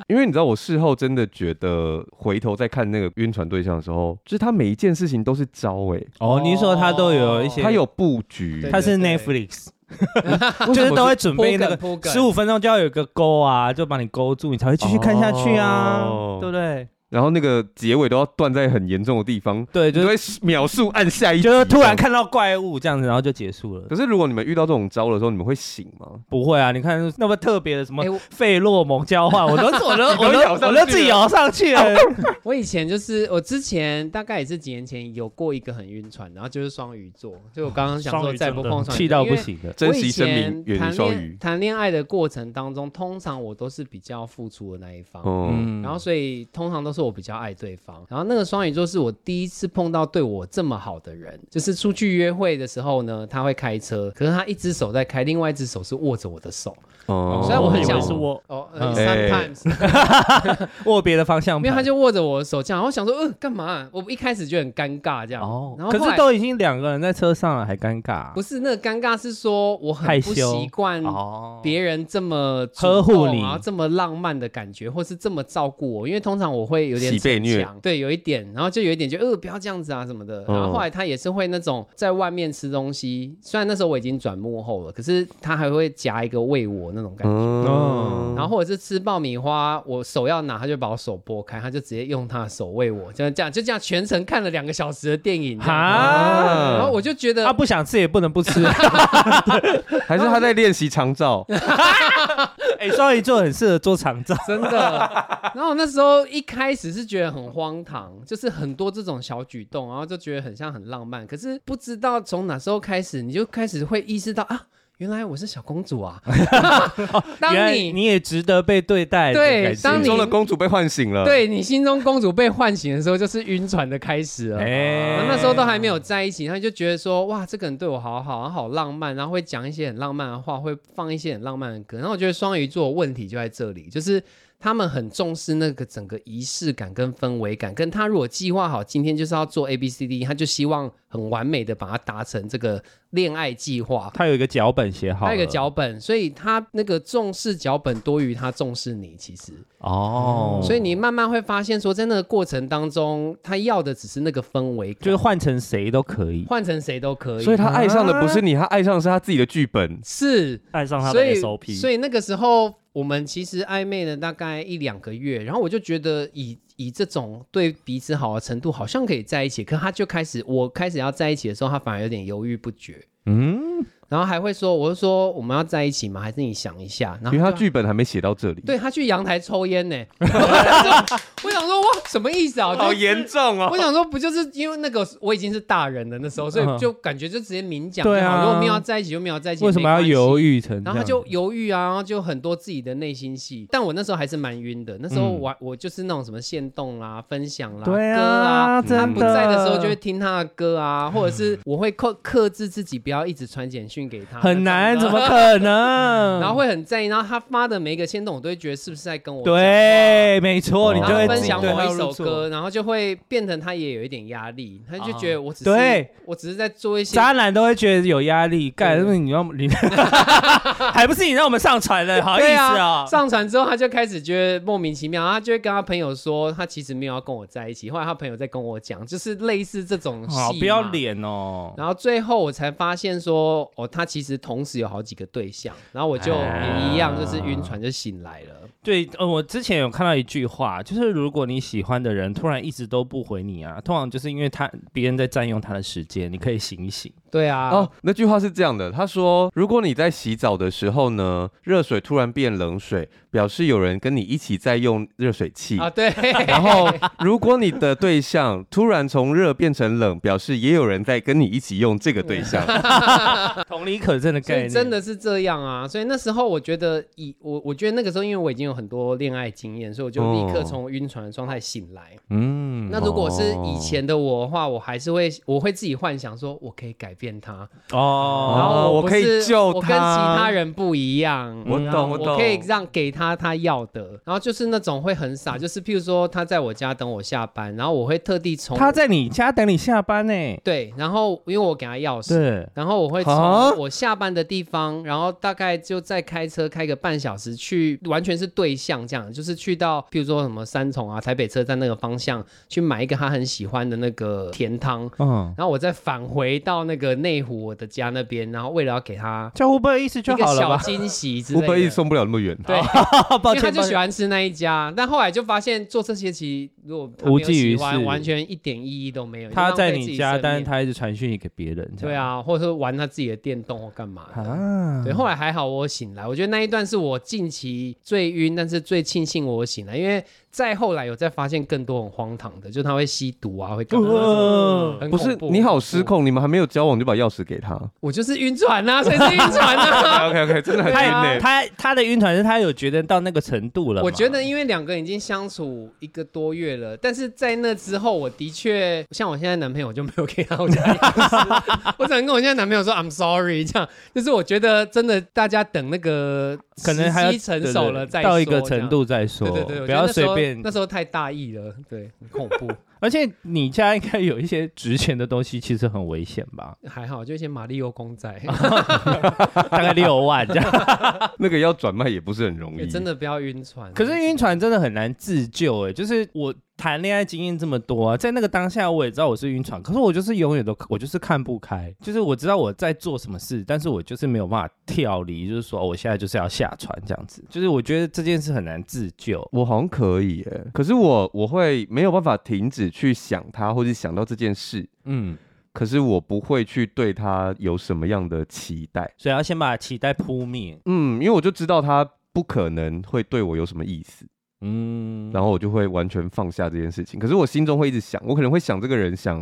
A: 因为你知道，我事后真的觉得，回头再看那个晕船对象的时候，就是他每一件事情都是招哎、
C: 哦，你说他都有一些，
A: 他有布局
D: 对，
C: 他是
D: 对
C: Netflix，
A: 为
C: 就
A: 什
C: 是
A: 么
C: 都会准备
D: 铺
C: 那
D: 梗
C: 个
D: 铺梗，
C: 十五分钟就要有个勾啊，就把你勾住，你才会继续看下去啊
A: 哦，
C: 对不对？
A: 然后那个结尾都要断在很严重的地方，
C: 对，
A: 你
C: 就
A: 都
C: 是
A: 会秒速按下一集，
C: 就是突然。看到怪物这样子，然后就结束了
A: 可。是如果你们遇到这种招的时候，你们会醒吗？
C: 不会啊，你看那么特别的什么
D: 哎我
C: 费洛蒙交 换，我都我都我
A: 你都咬
C: 都
A: 上
C: 我
A: 去
C: 都自己咬上去了。
D: 我以前就是我之前大概也是几年前有过一个很晕船，然后就是双鱼座，就我刚刚想
F: 双
D: 说
F: 鱼
D: 再
F: 真
D: 不
F: 的
D: 碰
F: 很
D: 双鱼座，
C: 气到
D: 因
C: 不
D: 为
C: 行的。
A: 珍
D: 哎我以
A: 惜生命，
D: 前
A: 远离
D: 谈
A: 双
D: 恋
A: 鱼。
D: 谈恋爱的过程当中，通常我都是比较付出的那一方，
A: 嗯，
C: 嗯，
D: 然后所以通常都是我座比较爱对方。然后那个双鱼座是我第一次碰到对我这么好的人，就是出去约会的时候呢，他会开车，可是他一只手在开，另外一只手是握着我的手。
A: 哦
D: 虽然我很
F: 以
D: 想
F: 为是我，
D: 哦、
C: 嗯
D: s o m e t i m e s
C: 握别的方向
D: 因为
C: 盘
D: 他就握着我的手这样，然后我想说，呃，干嘛？我一开始就很尴尬这样。
C: 哦
D: 然，后
C: 可
D: 后来
C: 是都已经两个人在车上了，还尴尬、
D: 不是那个尴尬，是说我很
C: 害
D: 不
C: 羞
D: 习惯
C: 哦，
D: 别人这么主
C: 呵护
D: 动
C: 你
D: 然后这么浪漫的感觉，或是这么照顾我，因为通常我会有点
A: 喜被
D: 逞
A: 虐
D: 强，对，有一点，然后就有一点就呃不要这样子啊什么的。
C: 嗯
D: 然后后来他也是会那种在外面吃东西，虽然那时候我已经转幕后了，可是他还会夹一个喂我那种感觉。
A: 嗯，
D: 然后或者是吃爆米花，我手要拿，他就把我手拨开，他就直接用他的手喂我，就这样，就这样全程看了两个小时的电影，这
C: 哈，
D: 样
C: 啊
D: 然后我就觉得
C: 他不想吃也不能不吃。啊
A: 还是他在练习长照，
C: 哎，双鱼座很适合做长照，
D: 真的。然后那时候一开始是觉得很荒唐，就是很多这种小举动，然后就觉得很像很浪漫。可是不知道从哪时候开始，你就开始会意识到啊，原来我是小公主啊。
C: 哦原
D: 当
C: 来
D: 你
C: 你也值得被对待的
D: 对
C: 感觉。
D: 当
A: 心
D: 你
A: 中的公主被唤醒了。，
D: 对你心中公主被唤醒的时候，就是晕船的开始了。然
C: 哎
D: 后那时候都还没有在一起，他就觉得说，哇，这个人对我好好，然后好浪漫，然后会讲一些很浪漫的话，会放一些很浪漫的歌。然后我觉得双鱼座的问题就在这里，就是他们很重视那个整个仪式感跟氛围感，跟他如果计划好今天就是要做 A B C D，他就希望很完美的把它达成这个恋爱计划。
C: 他有一个脚本写好了，
D: 他有一个脚本，所以他那个重视脚本多于他重视你，其实。
C: 哦，
D: 所以你慢慢会发现，说在那个过程当中，他要的只是那个氛围感，
C: 就是换成谁都可以。
D: 换成谁都可以。
A: 所以他爱上的不是你，他爱上的是他自己的剧本。
D: 是，
F: 爱上他的
D: 所以
F: SOP，
D: 所以那个时候我们其实暧昧了大概一两个月，然后我就觉得以以这种对彼此好的程度，好像可以在一起。可他就开始，我开始要在一起的时候，他反而有点犹豫不决。
C: 嗯，
D: 然后还会说，我就说我们要在一起吗？还是你想一下？然
A: 因
D: 后
A: 为他
D: 就
A: 剧本还没写到这里，
D: 啊对他去阳台抽 烟呢、我想说哇，什么意思啊？
A: 好
D: 就
A: 严重哦
D: 我。想说，不就是因为那个我已经是大人了那时候，所以就感觉就直接明讲，
C: 嗯对啊
D: 如果没有要在一起就没有在一起，
C: 为什么要犹
D: 豫？
C: 豫成这样？
D: 然后他就犹豫啊，然后就很多自己的内心戏。但我那时候还是蛮晕的，那时候
C: 嗯
D: 我、我就是那种什么线动啦、分享啦、
C: 对
D: 歌啊，
C: 啊，
D: 他
C: 真嗯
D: 不在的时候就会听他的歌啊，或者是我会克克制自己不要一直传简讯给他，
C: 很难，
D: 那种
C: 怎
D: 的
C: 么可能？
D: 然后会很在意，然后他发的每一个线动，我都会觉得是不是在跟我讲
C: 对，没错，你
A: 然
C: 就
D: 然
C: 会
D: 后分
C: 自己
D: 享
C: 对
D: 某
C: 号
D: 一
C: 入
D: 首
C: 座
D: 歌，然后就会变成他也有一点压力，他就觉得我只是、
C: 哦对
D: 我只是在做一些
C: 渣男都会觉得有压力，干，
D: 对
C: 你让 你还不是你让我们上船了，好意
D: 对
C: 思啊？
D: 啊。上船之后，他就开始觉得莫名其妙，然后他就会跟他朋友说，他其实没有要跟我在一起。后来他朋友在跟我讲，就是类似这种戏、
C: 好，不要。脸哦。
D: 然后最后我才发现说，哦，他其实同时有好几个对象，然后我就
C: 哎
D: 也一样，就是晕船就醒来了。
C: 对，呃，我之前有看到一句话，就是如果你喜欢的人突然一直都不回你啊，通常就是因为他别人在占用他的时间，你可以醒一 醒。
D: 对啊，
A: 哦，那句话是这样的，他说：“如果你在洗澡的时候呢，热水突然变冷水，表示有人跟你一起在用热水器。
D: 啊，对，
C: 嗯
A: 然后，如果你的对象突然从热变成冷，表示也有人在跟你一起用这个对象。
C: 同理可证的概
D: 所以
C: 念，
D: 真的是这样啊！所以那时候我觉得以，我我觉得那个时候，因为我已经有很多恋爱经验，所以我就立
C: 哦
D: 刻从晕船的状态醒来。
C: 嗯，
D: 那如果是
A: 哦
D: 以前的我的话，我还是会我会自己幻想说，我可以改变他，
C: 哦，
D: 然后
A: 我
D: 不
A: 可以
D: 是
A: 救
D: 我跟其
A: 他
D: 他人不一样。
A: 我懂，
D: 我
A: 懂。
D: 可以让给他他要的，然后就是那种会很傻，就是譬如说他在我家等我下班，然后我会特地从
C: 他在你家等你下班呢、
D: 对，然后因为我给他钥匙，
C: 对，
D: 然后我会从
A: 啊
D: 我下班的地方，然后大概就再开车开个半小时去，完全是对向这样，就是去到譬如说什么三重啊、台北车站那个方向去买一个他很喜欢的那个甜汤，
C: 嗯，
D: 然后我再返回到那个内湖我的家那边，然后为了要给他
C: 叫 Uber 意思
D: 一
C: 就
D: 个
C: 好了
D: 小
C: 吧？
D: 惊喜 之
A: 乌
D: 类
A: 龟一
D: 的。
A: 送不了那么远。
D: 对，
C: 啊 抱
D: 因为他
C: 歉，
D: 就
C: 抱
D: 喜
C: 歉。
D: 欢吃那一家，但后来就发现做这些其实如果他没有
C: 无济于
D: 喜欢
C: 事
D: 完全一点意义都没有。就
C: 他
D: 浪
C: 在
D: 费自
C: 你
D: 己
C: 家，
D: 生
C: 但是
D: 命
C: 他一直传讯息给别人，这
D: 对
C: 样
D: 啊，或者说玩他自己的电动或干嘛的。
C: 啊，
D: 对，后来还好我醒来，我觉得那一段是我近期最晕，但是最庆幸我醒来，因为再后来有再发现更多很荒唐的，就是他会吸毒啊，会干嘛？
F: 呃
D: 很
A: 不是
D: 恐怖
A: 你好失，控，你们还没有交往就把钥匙给 他。
D: 我就是晕船呐、啊，谁是晕船呐、啊？
A: OK OK，真的很晕
C: 他
A: 呢。
C: 他他的晕船是他有觉得到那个程度了吗，
D: 我觉得，因为两个人已经相处一个多月了，但是在那之后，我的确像我现在男朋友我就没有给他我家 钥匙，我只能跟我现在男朋友说 I'm sorry，这样就是我觉得真的大家等那个
C: 可能还要
D: 时机成熟
C: 对对
D: 了
C: 对
D: 再说
C: 到一个程。度再
D: 这
C: 说，
D: 样对对对，
C: 不要
D: 我觉得
C: 随
D: 那时候
C: 便
D: 那。时候太大意了，对，很恐怖。
C: 而且你家应该有一些值钱的东西，其实很危险吧？
D: 还好，就一些马里奥 公仔，
C: 啊 大概六万这样。
A: 那个要转卖也不是很容易，
D: 真。的不要晕船。
C: 可是晕船真的很难自救哎、就是我谈恋爱经验这么多啊，在那个当下我也知道我是晕船，可是我就是永远都我就是看不开，就是我知道我在做什么事，但是我就是没有办法跳离，就是说哦我现在就是要下船这样子，就是我觉得这件事很难自救。
A: 我好像可以耶，可是我我会没有办法停止去想他，或是想到这件事，
C: 嗯，
A: 可是我不会去对他有什么样的期待。
C: 所以要先把期待扑灭。
A: 嗯，因为我就知道他不可能会对我有什么意思，
C: 嗯，
A: 然后我就会完全放下这件事情。可是我心中会一直想，我可能会想这个人想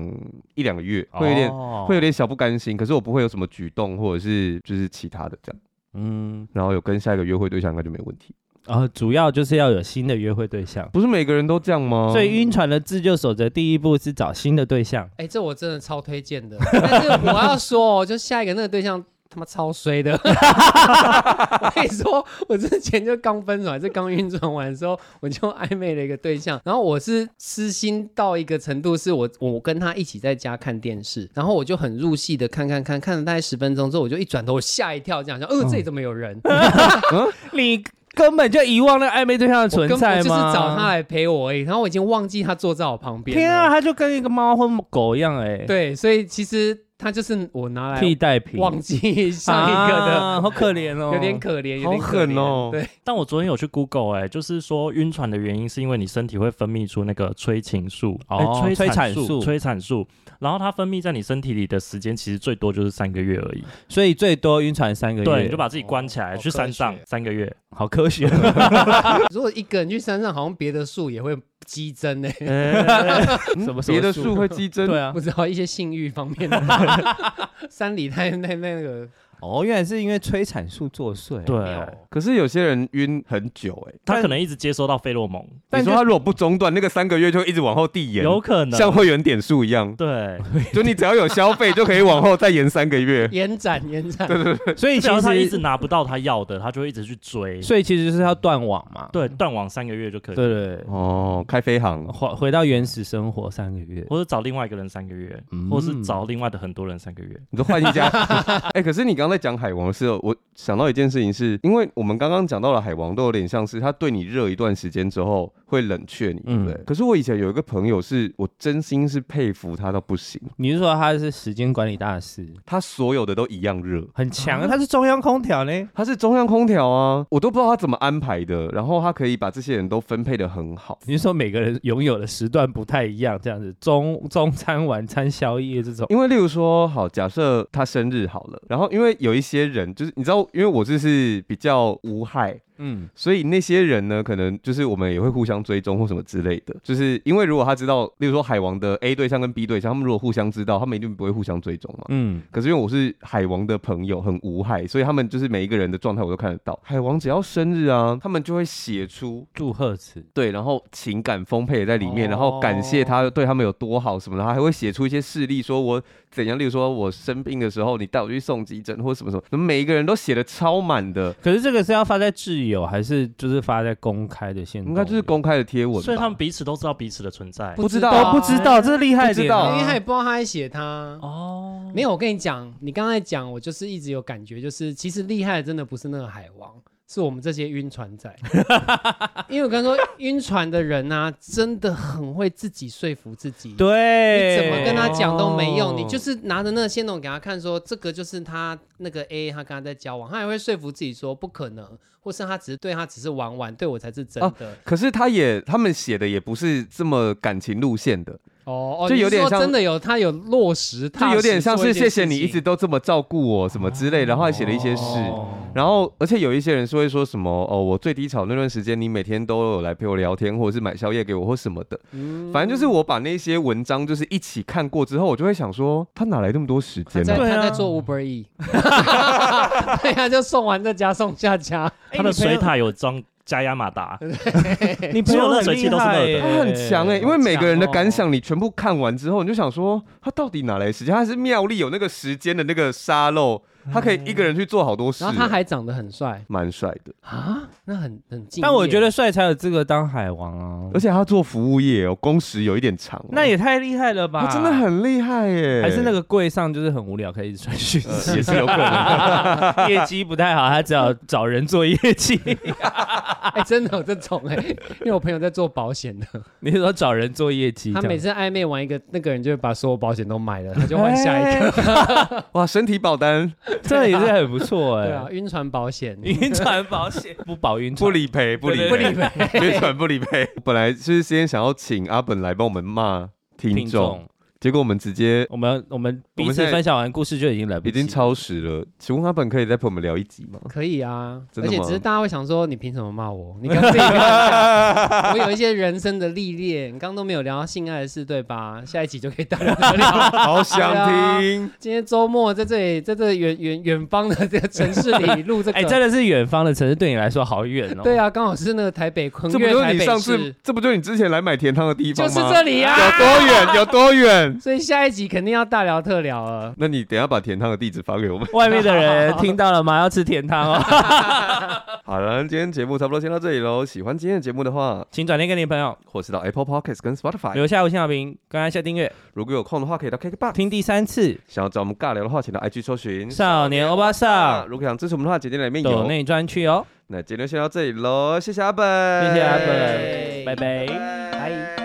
A: 一两个月，会有点、
C: 哦
A: 会有点小不甘心，可是我不会有什么举动或者是就是其他的这样。
C: 嗯，
A: 然后有跟下一个约会对象，应该就没问题。
C: 然后哦主要就是要有新的约会对象。
A: 不是每个人都这样吗？
C: 所以晕船的自救守则第一步是找新的对象。
D: 哎、这我真的超推荐的。 但是我要说哦，就下一个那个对象他妈超衰的。 我跟你说，我之前就刚分手，还是刚晕船完的时候，我就暧昧了一个对象。然后我是痴心到一个程度，是我我跟他一起在家看电视，然后我就很入戏的看看看，看了大概十分钟之后，我就一转头我吓一跳，这样想，
C: 嗯
D: 呃，这里怎么有人？
C: 你根本就遗忘那个暧昧对象的存
D: 我根
C: 在
D: 本
C: 吗？
D: 就是找他来陪我而已。然后我已经忘记他坐在我旁边。
C: 天啊，！他就跟一个猫或狗一样哎、
D: 对，所以其实他就是我拿来
C: 替代品。
D: 忘记上一个的，
C: 啊好可怜哦，
D: 有点。可怜，有
A: 好
D: 点可
A: 狠
D: 怜
A: 哦
D: 对，
F: 但我昨天有去 Google 哎、就是说晕船的原因是因为你身体会分泌出那个催情素，
C: 哦
F: 哎
C: 催
F: 催
C: 产
F: 产
C: 素
F: 催产素，然后它分泌在你身体里的时间其实最多就是三个月而已。
C: 所以最多晕船三个月，
F: 对，你就把自己关起来，
D: 哦
F: 去山
D: 好
F: 上
D: 科学
F: 三 个月。
C: 好科 学。
D: 如果一个人去山上，好像别的树也会激增呢、
A: 嗯
C: 什么什
A: 别
C: 么
A: 的
C: 树
A: 树会激增？
C: 对啊
D: 不，知道一些性欲方面的， 山里太那那个，。
C: 哦，原来是因为催产素作祟。，啊
F: 对，
A: 可是有些人晕很久哎、
F: 他可能一直接收到费洛蒙，
A: 但你说他如果不中断，那个三个月就一直往后递延，
F: 有可能
A: 像会员点数一样，
F: 对，
A: 就你只要有消费就可以往后再延三个月
D: 延展延展，
C: 所以
F: 只要
C: 其
F: 他一
C: 实
F: 直拿不到他要的，他就会一直去追。
C: 所以其实就是要断网嘛。
F: 对，断网三个月就可以，
C: 对对对，
A: 哦，开飞航，
C: 回回到原始生活三个月。
F: 或者找另外一个人三个月，
C: 嗯
F: 或是找另外的很多人三个月。
A: 你都换一家。 哎、可是你刚刚在讲海王的时候，我想到一件事情是，因为我们刚刚讲到了海王，都有点像是他对你热一段时间之后会冷却你，对不对？
C: 嗯
A: 可是我以前有一个朋友是，我真心是佩服他到不行，
C: 嗯你是说他是时间管理大师，
A: 他所有的都一样热。
C: 很强啊？他是中央空调呢？
A: 他是中央空调啊，我都不知道他怎么安排的，然后他可以把这些人都分配的很好。
C: 你是说每个人拥有的时段不太一样，这样子中 中餐、晚餐、宵夜这种？
A: 因为例如说，好，假设他生日好了，然后因为有一些人就是你知道，因为我就是比较无害，
C: 嗯，
A: 所以那些人呢，可能就是我们也会互相追踪或什么之类的。就是因为如果他知道，例如说海王的 A 对象跟 B 对象，他们如果互相知道，他们一定不会互相追踪嘛。
C: 嗯，
A: 可是因为我是海王的朋友，很无害，所以他们就是每一个人的状态我都看得到。海王只要生日啊，他们就会写出
C: 祝贺词。
A: 对，然后情感丰沛也在里面，然
F: 哦
A: 后感谢他对他们有多好什么的，然后还会写出一些事例，说我怎样，例如说我生病的时候，你带我去送急诊或什么什么，每一个人都写的超满的，
C: 可是这个是要发在挚友，还是就是发在公开的现？
A: 应该就是公开的
C: 嗯
A: 贴文吧，
F: 所以他们彼此都知道彼此的存在。
A: 不知道
C: 都
A: 啊
C: 不知道，这是厉害
A: 不知
C: 点
A: 道
C: 啊。
D: 因为他也不知道他在写他。
F: 哦，
D: 哦没有，我跟你讲，你刚才讲，我就是一直有感觉，就是其实厉害的真的不是那个海王，是我们这些晕 船仔。因为我刚说晕船的人啊，真的很会自己说服自己。
C: 对，
D: 你怎么跟他讲都没用，
A: 哦
D: 你就是拿着那个线筒给他看说，这个就是他那个 A，他跟他在交往，他还会说服自己说不可能，或是他只是对他只是玩玩，对我才是真的。
A: 可是他也他们写的也不是这么感情路线的，
D: 哦哦，
A: 就有点
D: 你是说
A: 像
D: 真的有他有落实，
A: 就有点像是谢谢
D: 踏实做件事
A: 你
D: 情
A: 一直。都这么照顾我什么之类，然后还写了一些事。
C: 哦
A: 然后，而且有一些人是会说什么哦，我最低潮那段时间，你每天都有来陪我聊天，或者是买宵夜给我，或什么的。反正就是我把那些文章就是一起看过之后，我就会想说，他哪来那么多时
D: 他
A: 间呢、
D: 在
C: 对啊
D: 他在做 Uber E，对呀，就送完再加送下家，
F: 他的水塔有装加压马达，
C: 你朋友很厉害耶，
A: 他很强哎、因为每个人的感
C: 哦
A: 想，你全部看完之后，你就想说，他到底哪来时间？他是妙丽有那个时间的那个沙漏，他可以一个人去做好多事
D: 然，后他还长得很帅
A: 蛮帅的。
D: 啊，那很很敬业。
C: 但我觉得帅才有资格当海王啊
A: 而。且他做服务业哦，工时有一点长哦、
C: 那也太厉害了吧！
A: 他真的很厉害耶，
C: 还是那个柜上就是很无聊，可以一直传讯息，
A: 呃 也是有可能。
C: 业绩不太好，他只好找人做业绩。
D: 哎、真的有这种哎、因为我朋友在做保险的，
C: 你是说找人做业绩这
D: 他
C: 样，
D: 每次暧昧完一个，那个人就会把所有保险都买了，他就换下一个。
C: 个，
A: 哇，身体保单
C: 这也是很不错
D: 对啊
C: 哎。，
D: 晕船保险。
C: 晕船保险不保晕船，
A: 不理赔，不理赔
C: 对对
A: 赔，别传不理 赔。本来就是先想要请阿本来帮我们骂听
C: 听
A: 众
C: 众，。
A: 结果我们直接
C: 我们我们
A: 我
C: 彼
A: 们现在
C: 此分享完故事就已经来不
A: 已
C: 及，
A: 经超时了。请问阿本可以再陪我们聊一集吗？
D: 可以啊，
A: 真
D: 而
A: 的吗
D: 且只是大家会想说，你凭什么骂我？你刚 自己跟我讲，我有一些人生的历练，你刚都没有聊到性爱的事，对吧？下一集就可以大聊特聊。
A: 好想
C: 啊
A: 听，
D: 今天周末在这里，在这远远远方的这个城市里录 这个，
C: 哎，真的是远方的城市，对你来说好远哦。
D: 对啊，刚好是那个台北昆
A: 这不
D: 越
A: 就是
D: 台
A: 你
D: 北
A: 上次
D: 市，，
A: 这不就是你之前来买甜汤的地方
D: 就
A: 吗？
D: 是这里啊。
A: 有多远？有多远？
D: 所以下一集肯定要大聊特聊了。
A: 那你等一下把甜汤的地址发给我们。
C: 外面的人听到了吗？要吃甜 汤哦，
A: 好了，今天节目差不多先到这里喽。喜欢今天的节目的话，
C: 请转贴给你的朋友，
A: 或是到 Apple Podcast 跟 Spotify。
C: 留下五星好评，刚按下订阅，
A: 如果有空的话，可以到 KKBox。
C: 听第三次。
A: 想要找我们尬聊的话，请到 IG 搜寻。
C: 少年欧巴
A: 啊，
C: 桑
A: 如果想支持我们的话，简介里面
C: 抖
A: 有。
C: 内专区哦，
A: 那今天就先到这里喽，谢谢阿本，哎
C: 谢谢阿
D: 对
C: 哎本，拜拜。
A: 拜
D: 拜